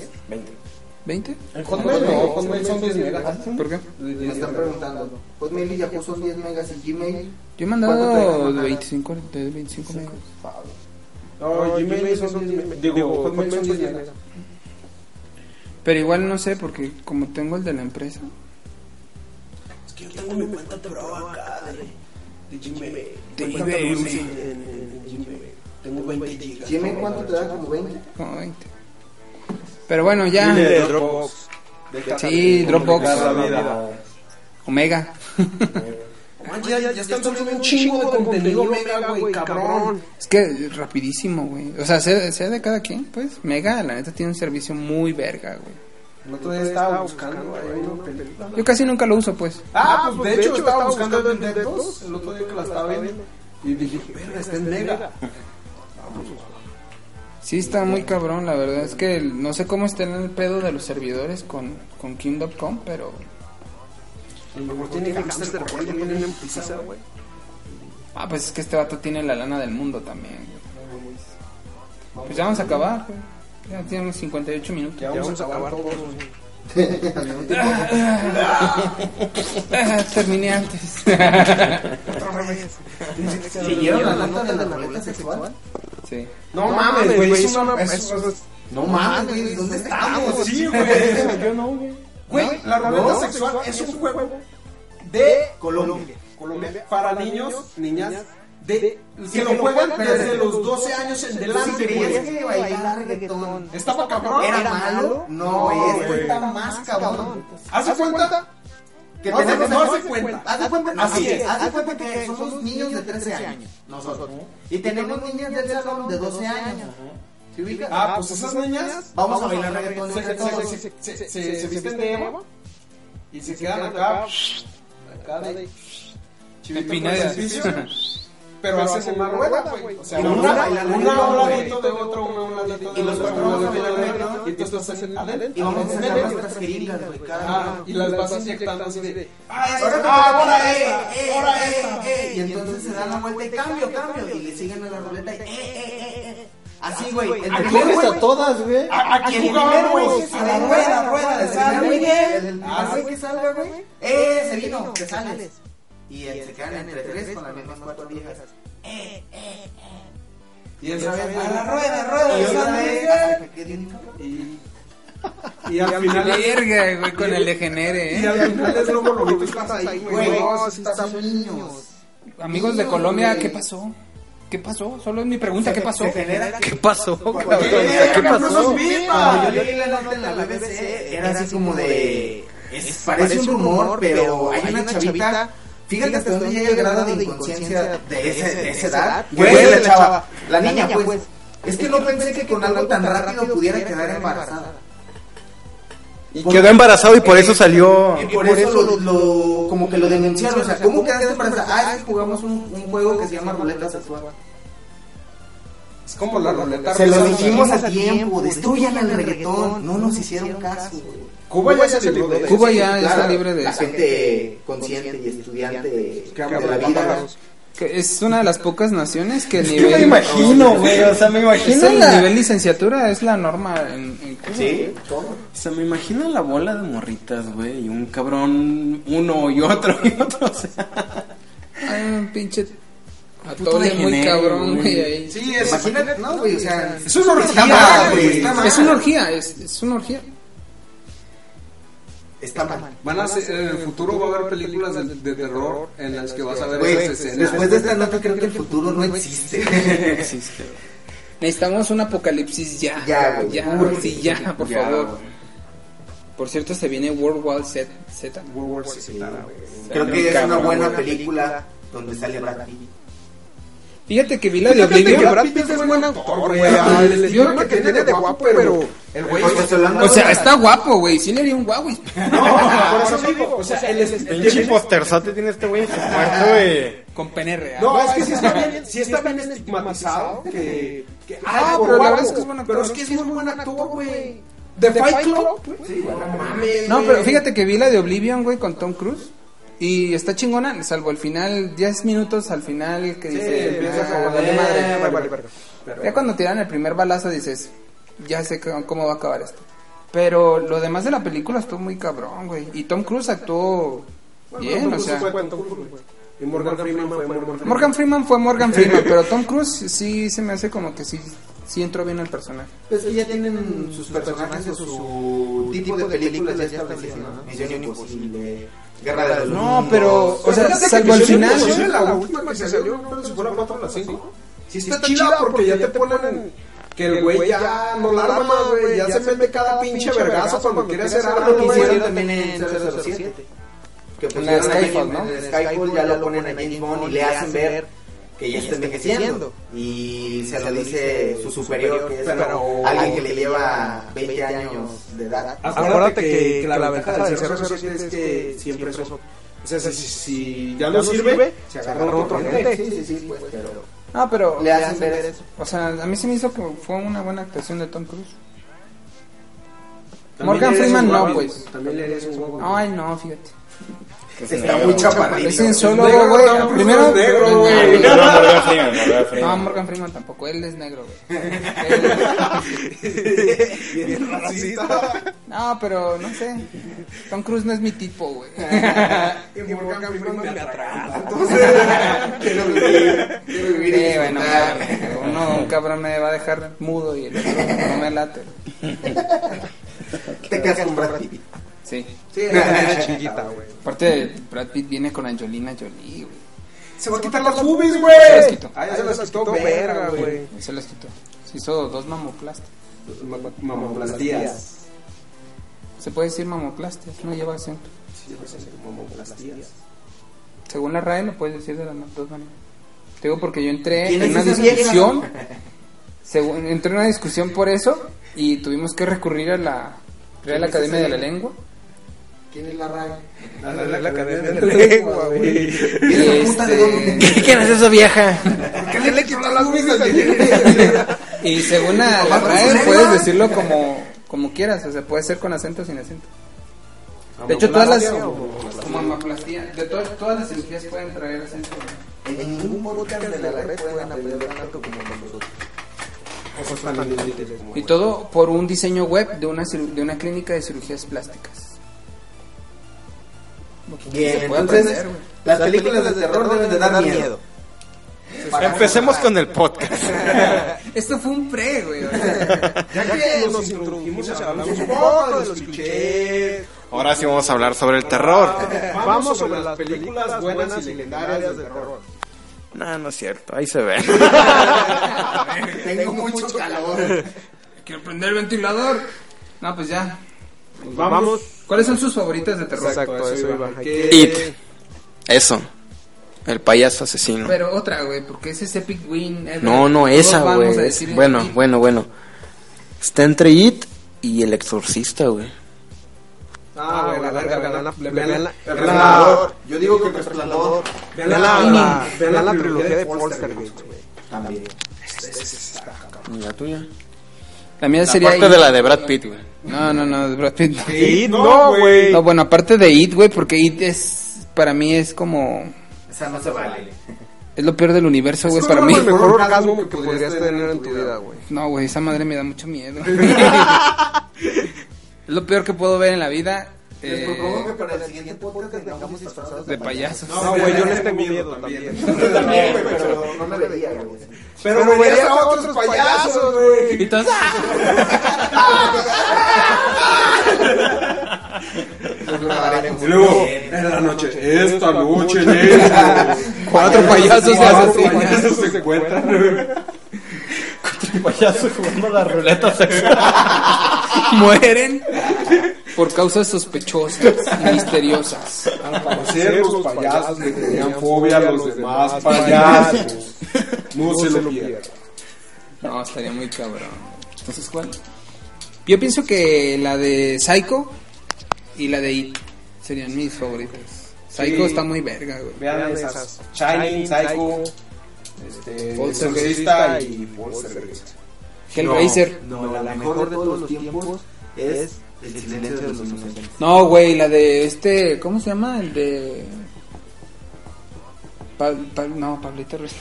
Speaker 3: ¿20?
Speaker 4: En Hotmail no, Hotmail son 10 megas.
Speaker 3: ¿Por qué?
Speaker 1: Me están preguntando. Hotmail y Yahoo son 10 megas y Gmail. ¿Cuánto te
Speaker 3: Yo he mandado
Speaker 1: dejan?
Speaker 3: 25, de 25 megas.
Speaker 4: No, Gmail son 10 megas. Digo, Hotmail son 10 megas.
Speaker 3: Pero igual no sé, porque como tengo el de la empresa.
Speaker 1: Gmail, ¿cuánto te da? Como 20.
Speaker 3: Como 20. Pero bueno, ya.
Speaker 4: Dropbox.
Speaker 3: Sí, Dropbox.
Speaker 4: Complicar la vida.
Speaker 3: Omega.
Speaker 4: Ya, ya, ya están subiendo un chingo de contenido mega, güey, cabrón.
Speaker 3: Es que rapidísimo, güey. O sea, sea, sea de cada quien, pues. Mega, la neta, tiene un servicio muy verga, güey.
Speaker 4: El otro día estaba buscando ahí una película.
Speaker 3: Yo casi nunca lo uso, pues.
Speaker 4: Ah, pues de hecho estaba buscando en Netflix el otro día que la estaba viendo. Y dije, verga, está en mega.
Speaker 3: Sí, está muy cabrón, la verdad. Es que el- no sé cómo está en el pedo de los servidores con, con King.com, pero.
Speaker 4: A lo mejor tiene hamster por ahí, tiene una pizza, güey.
Speaker 3: Ah, pues es que este vato tiene la lana del mundo también, güey. Pues ya vamos a acabar, güey. Ya tenemos 58 minutos.
Speaker 4: Ya vamos a acabar todos.
Speaker 3: Ah, Terminé antes.
Speaker 1: ¿Siguieron la nota de la boleta sexual?
Speaker 3: sí.
Speaker 4: No mames, güey, es una... es- es-
Speaker 1: No mames, ¿dónde estamos?
Speaker 4: Sí, güey. Yo no, güey. Güey, la ruleta sexual es un juego de
Speaker 1: Colombia.
Speaker 4: Colombia para niños, niñas, de que lo juegan desde los 12 años en
Speaker 1: Si
Speaker 4: delante,
Speaker 1: creías
Speaker 4: güey.
Speaker 1: que bailar reggaetón
Speaker 4: Estaba cabrón.
Speaker 1: pues. era malo, no, esto está más cabrón.
Speaker 4: ¿Hace cuenta?
Speaker 1: Que
Speaker 4: No,
Speaker 1: tenemos
Speaker 4: no hace cuenta.
Speaker 1: Haz de cuenta,
Speaker 4: Así
Speaker 1: así
Speaker 4: es.
Speaker 1: Haz de cuenta que somos niños de 13 años, nosotros. Y tenemos niñas del salón de 12 años. ¿Se ubican?
Speaker 4: Ah, pues esas niñas
Speaker 1: Vamos a bailar reggaetón
Speaker 4: se,
Speaker 1: entre
Speaker 4: se,
Speaker 1: todos.
Speaker 4: se, se, se, se- se visten de Eva y se quedan acá. Acá de.
Speaker 3: Empinadas.
Speaker 4: Chivito por el servicio. pero, haces una rueda, güey. O sea, una, una, una a un ladito de otro, una a un ladito de otro. Y los cuatro y tú estás haciendo adentro. Y vamos a sacar nuestras jeringas, güey. Y las vas inyectando así de, "Ah, ahora eh,
Speaker 1: esta, ahora esta. Y entonces se dan la vuelta y cambio, cambio. Y le siguen a la ruleta y, eh, eh, eh. Así, güey.
Speaker 5: Aquí tienes a todas, güey.
Speaker 1: Aquí jugábamos. A la rueda, rueda. Sale, Miguel. Así que salga, güey. Eh, se vino, te sales y, él se quedan entre tres con las mismas cuatro viejas. Eh, eh, eh. Y él sabe, a la rueda, rueda, y
Speaker 4: yo Y, y al final.
Speaker 3: Verga, güey, con el degenere,
Speaker 4: eh. Y al final es lobo lobito y pasa ahí, güey.
Speaker 1: No, si estás niños.
Speaker 3: Amigos de Colombia, ¿qué pasó? ¿Qué pasó? Solo es mi pregunta, ¿qué pasó?
Speaker 2: ¿Qué pasó?
Speaker 1: ¿Qué pasó? Yo leí la nota en la BBC, era así como de... Parece un rumor, pero hay una chavita Fíjate hasta dónde llega el grado de inconsciencia de, ese, de esa edad. Güey, pues, la chava, la niña, pues. pues es que no pensé que con algo tan rápido pudiera quedar embarazada.
Speaker 2: Y quedó embarazado y por eso salió.
Speaker 1: Y por, eso, lo, lo- como que lo denunciaron. O sea, ¿cómo quedaste embarazada? Ah, es que jugamos un, un juego que se llama ruleta sexual.
Speaker 4: Es como la ruleta.
Speaker 1: Se lo
Speaker 4: rusa.
Speaker 1: dijimos a tiempo, destruyan el reggaetón. No nos hicieron caso, güey.
Speaker 4: Cuba ya se libró de
Speaker 3: Cuba
Speaker 4: eso.
Speaker 3: ya
Speaker 1: Claro,
Speaker 3: está libre de
Speaker 1: la
Speaker 3: eso.
Speaker 1: gente consciente y estudiante de
Speaker 4: Que habla
Speaker 1: la vida.
Speaker 3: Que es una de las pocas naciones que el
Speaker 2: me
Speaker 3: nivel.
Speaker 2: imagino, güey. O sea, me
Speaker 3: Es
Speaker 2: imagino
Speaker 3: Pues el
Speaker 2: la.
Speaker 3: nivel licenciatura, es la norma en, en Cuba.
Speaker 1: Sí, todo.
Speaker 2: O sea, me imagino la bola de morritas, güey. Y un cabrón, uno y otro y otro. O sea,
Speaker 3: Hay un pinche.
Speaker 2: Puto
Speaker 3: Atole muy
Speaker 2: degenere,
Speaker 3: cabrón,
Speaker 2: güey.
Speaker 3: güey. ahí.
Speaker 4: Sí, es.
Speaker 1: Imagínate, ¿no, güey? O sea,
Speaker 4: Eso es una
Speaker 1: Está
Speaker 4: orgía,
Speaker 1: mal,
Speaker 4: güey.
Speaker 1: está mal.
Speaker 3: Es una orgía, es, es una orgía.
Speaker 1: está mal.
Speaker 4: Van a ser, en el futuro va a haber películas de, de terror en las que vas a ver
Speaker 1: Güey,
Speaker 4: esas escenas.
Speaker 1: después de esta nota creo que el futuro no existe.
Speaker 2: existe.
Speaker 3: Necesitamos un apocalipsis ya.
Speaker 1: Ya, güey.
Speaker 3: ya,
Speaker 1: Urge.
Speaker 3: sí, ya, por
Speaker 2: Ya,
Speaker 3: favor.
Speaker 2: güey.
Speaker 3: Por cierto, se viene World War Z. Z.
Speaker 4: World War Z, güey.
Speaker 1: Creo que es una buena película donde sale Brad Pitt.
Speaker 3: Fíjate que vi la de Oblivion.
Speaker 5: Brad Pitt es buen actor, güey.
Speaker 4: Ah,
Speaker 5: El
Speaker 4: el
Speaker 5: estilo
Speaker 4: estilo que
Speaker 5: que tiene
Speaker 4: tiene
Speaker 5: de
Speaker 4: de
Speaker 5: guapo, pero...
Speaker 4: El güey.
Speaker 1: Porque estoy hablando
Speaker 3: O sea,
Speaker 1: de-
Speaker 3: está guapo, güey. Sí le haría un guau,
Speaker 4: Por eso digo, o sea, el
Speaker 2: Pinche posterzote tiene este güey en su cuarto, güey.
Speaker 3: Con PNR.
Speaker 4: No, es que sí está bien, sí está bien estigmatizado que, que ah,
Speaker 3: pero
Speaker 4: por
Speaker 3: la
Speaker 4: guapo,
Speaker 3: verdad es que es buen actor.
Speaker 4: Pero es que es muy buen actor, güey. The Fight Club, güey.
Speaker 3: No, pero fíjate que vi la de Oblivion, güey, con Tom Cruise. Y está chingona, salvo el final, 10 minutos al final que dice.
Speaker 4: empieza
Speaker 3: "Ah,
Speaker 4: como de
Speaker 3: vale
Speaker 4: madre,
Speaker 3: madre".
Speaker 4: vale, vale, vale.
Speaker 3: Ya cuando tiran el primer balazo dices, ya sé c- cómo va a acabar esto. Pero lo demás de la película estuvo muy cabrón, güey. Y Tom Cruise actuó bien,
Speaker 1: pues,
Speaker 3: o sea.
Speaker 4: Y Morgan Freeman fue Morgan Freeman.
Speaker 3: Morgan Freeman fue Morgan Freeman, pero Tom Cruise sí se me hace como que sí, sí entró bien el personaje.
Speaker 1: Pues que ya tienen sus personajes o su tipo de películas ya establecidas, ¿no? Misión Imposible, Guerra de los
Speaker 3: No,
Speaker 1: Mundos.
Speaker 3: pero, o sea,
Speaker 4: Fíjate que
Speaker 3: salvo el
Speaker 4: Misión
Speaker 3: final.
Speaker 4: Imposible,
Speaker 3: güey.
Speaker 4: La última que se salió, no Pero si fuera cuatro o las cinco. Sí está chida porque ya te ponen que el güey ya no la arma, güey. Ya se mete cada pinche vergazo cuando quiere hacer
Speaker 1: Lo que
Speaker 4: algo,
Speaker 1: hicieron
Speaker 4: güey.
Speaker 1: también en 007. Que
Speaker 3: la de
Speaker 1: pusieron
Speaker 3: Skyfall,
Speaker 1: Skyfall,
Speaker 3: ¿no?
Speaker 1: En Skyfall ya lo ponen a James Bond y le hacen ver que ya está envejeciendo. Y se lo dice su superior, que es
Speaker 4: Pero-
Speaker 1: alguien que le lleva 20 años de edad.
Speaker 5: Acuérdate que- que la ventaja del
Speaker 4: 007 es que siempre es oso. O sea, si, si ya
Speaker 5: no
Speaker 4: no sirve,
Speaker 5: sirve,
Speaker 4: se agarra otro gente.
Speaker 1: Sí, sí, sí, pues, pero
Speaker 3: Ah, pero,
Speaker 1: le hacen ver eso.
Speaker 3: o sea, a mí se me hizo que fue una buena actuación de Tom Cruise.
Speaker 4: También
Speaker 3: Morgan
Speaker 4: le harías
Speaker 3: Freeman
Speaker 4: un
Speaker 3: no,
Speaker 4: huevo,
Speaker 3: güey.
Speaker 4: También le harías un huevo.
Speaker 3: Ay, no, fíjate.
Speaker 1: Está muy chaparrito.
Speaker 3: Es insólogo,
Speaker 4: negro,
Speaker 3: güey.
Speaker 4: Tom Cruise
Speaker 3: Primero,
Speaker 4: es negro, güey.
Speaker 2: No, Morgan Freeman, Morgan
Speaker 3: No,
Speaker 2: Freeman.
Speaker 3: Morgan Freeman tampoco, él es negro, güey. Él- no, pero no sé. Tom Cruise no es mi tipo, güey.
Speaker 4: Y Morgan Freeman me atrapa.
Speaker 1: Quiero vivir, quiero vivir y
Speaker 3: Sí, bueno,
Speaker 1: disfrutar.
Speaker 3: claro, uno, un cabrón me va a dejar mudo y el otro no me late.
Speaker 1: Te quedas con Brad Pitt.
Speaker 3: Sí.
Speaker 4: Sí, era chiquita, güey.
Speaker 3: Aparte, Brad Pitt viene con Angelina Jolie, güey.
Speaker 4: Se va a quitar las boobies,
Speaker 3: Se las
Speaker 4: güey.
Speaker 3: quitó.
Speaker 4: Ah, ya se las quitó, verga, güey.
Speaker 3: Se las quitó. Se hizo dos mamoplastas.
Speaker 4: Mamoplastías.
Speaker 3: Se puede decir mamoplastas, no lleva acento.
Speaker 4: Sí, pues, así, Mamoplastías.
Speaker 3: Según la RAE lo puedes decir de las dos maneras. Te digo porque yo entré
Speaker 1: ¿Quién
Speaker 3: en
Speaker 1: es
Speaker 3: una
Speaker 1: esa vieja?
Speaker 3: discusión, según, entré en una discusión por eso y tuvimos que recurrir a la Real Academia de la Lengua
Speaker 1: ¿Quién es la RAE?
Speaker 5: La, la, la, la cadena de lengua, güey.
Speaker 1: ¿Quién es la puta de dónde?
Speaker 3: ¿Qué, qué haces eso, vieja?
Speaker 1: ¿Por qué le quitó las cubisas? Yo
Speaker 3: Y según la, la RAE, puedes decirlo como, como quieras, o sea, puede ser con acento o sin acento. De hecho, todas las. Como hemoplastia. De to- todas las cirugías pueden traer acento. ¿no?
Speaker 1: En ningún podcast de la red pueden aprender tanto como nosotros.
Speaker 5: Ojos tan inútiles, güey.
Speaker 3: Y todo por un diseño web de una, ciru- de una clínica de cirugías plásticas.
Speaker 1: Bien,
Speaker 3: Se puede
Speaker 1: entonces,
Speaker 3: aprender, güey.
Speaker 1: las películas de terror deben de dar miedo.
Speaker 2: Empecemos con el podcast.
Speaker 3: Esto fue un pre, güey. o sea.
Speaker 5: Ya que nos introdujimos, hablamos un poco de los clichés.
Speaker 2: Ahora sí vamos a hablar sobre el terror.
Speaker 5: Vamos sobre las películas buenas y legendarias de terror.
Speaker 2: No, no es cierto, ahí se ve.
Speaker 1: Tengo mucho calor.
Speaker 3: Quiero prender el ventilador. No, pues ya.
Speaker 5: Vamos.
Speaker 3: ¿Cuáles son sus favoritas de terror?
Speaker 4: Pues,
Speaker 5: Exacto, eso iba.
Speaker 2: It. Eso. El payaso asesino.
Speaker 3: Pero otra, güey, porque ese es Epic Win. eh,
Speaker 2: No,
Speaker 3: güey.
Speaker 2: no,
Speaker 3: Todos
Speaker 2: esa,
Speaker 3: vamos
Speaker 2: güey.
Speaker 3: a decir
Speaker 2: Bueno,
Speaker 3: It.
Speaker 2: bueno, bueno. Está entre It y El Exorcista, güey.
Speaker 5: Ah, güey, la verga, vean la- vean la-
Speaker 1: El resplandor. Yo digo que el resplandor
Speaker 5: vean la- vean la trilogía de Poltergeist, güey.
Speaker 1: también.
Speaker 2: ¿Y la tuya?
Speaker 3: La mía sería.
Speaker 2: Aparte
Speaker 3: It.
Speaker 2: de la de Brad Pitt, güey.
Speaker 3: No, no, no, de Brad Pitt. no.
Speaker 5: It, no, güey.
Speaker 3: No, bueno, aparte de It, güey, porque It es. Para mí es como.
Speaker 1: Esa no se vale.
Speaker 3: Es lo peor del universo, güey,
Speaker 5: Es
Speaker 3: para
Speaker 5: como
Speaker 3: mí.
Speaker 5: el mejor orgasmo que podrías tener en tu vida, güey.
Speaker 3: No, güey, esa madre me da mucho miedo. es lo peor que puedo ver en la vida. eh,
Speaker 1: Les propongo que para el siguiente podcast vengamos disfrazados
Speaker 3: de payasos.
Speaker 5: No, güey, yo les tengo miedo también.
Speaker 1: Yo también, güey, pero no me vería, güey.
Speaker 5: Pero verías a otros payasos, güey.
Speaker 3: Y todos, ¡ah!
Speaker 5: Y luego, en la noche, esta noche, nena.
Speaker 3: Cuatro payasos se
Speaker 5: Cuatro
Speaker 3: asesinan.
Speaker 5: payasos se encuentran.
Speaker 2: Payaso jugando la ruleta sexual.
Speaker 3: mueren por causas sospechosas y misteriosas.
Speaker 5: Al parecer, los payasos le tenían fobia a los demás payasos. No se lo pierdan.
Speaker 3: No, estaría muy cabrón. Entonces, ¿cuál? Yo pienso que la de Psycho y la de It serían mis favoritas. Psycho
Speaker 5: Sí.
Speaker 3: está muy verga, güey.
Speaker 5: Vean esas. Shining, Psycho, este, Exorcista y Poltergeist.
Speaker 3: Hellraiser.
Speaker 1: No, la mejor de todos los tiempos es el silencio de los inocentes.
Speaker 3: No, güey, la de este. ¿Cómo se llama? El de. Pa- pa- no, Pablito Ruiz.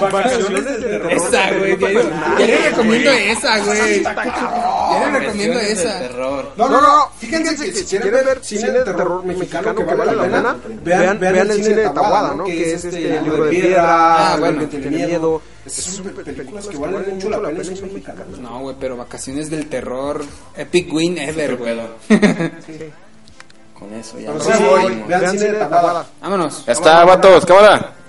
Speaker 5: Vacaciones de terror.
Speaker 3: esa, güey. Yo, yo le recomiendo esa, güey. Yo le recomiendo esa.
Speaker 5: No, no, no. Fíjense que si quieren ver cine de terror mexicano que vale la pena, vean, vean el cine de Tawada, ¿no? Que es este el libro de piedra,
Speaker 3: Ah, bueno.
Speaker 5: el que tiene miedo. Esas son películas que valen mucho la pena y son mexicanas.
Speaker 3: No, güey, pero vacaciones del terror. Epic win ever, güey.
Speaker 2: Con eso ya.
Speaker 5: O sea, voy, vean cine de Tawada.
Speaker 3: Vámonos.
Speaker 2: Ya está, vatos, cámara.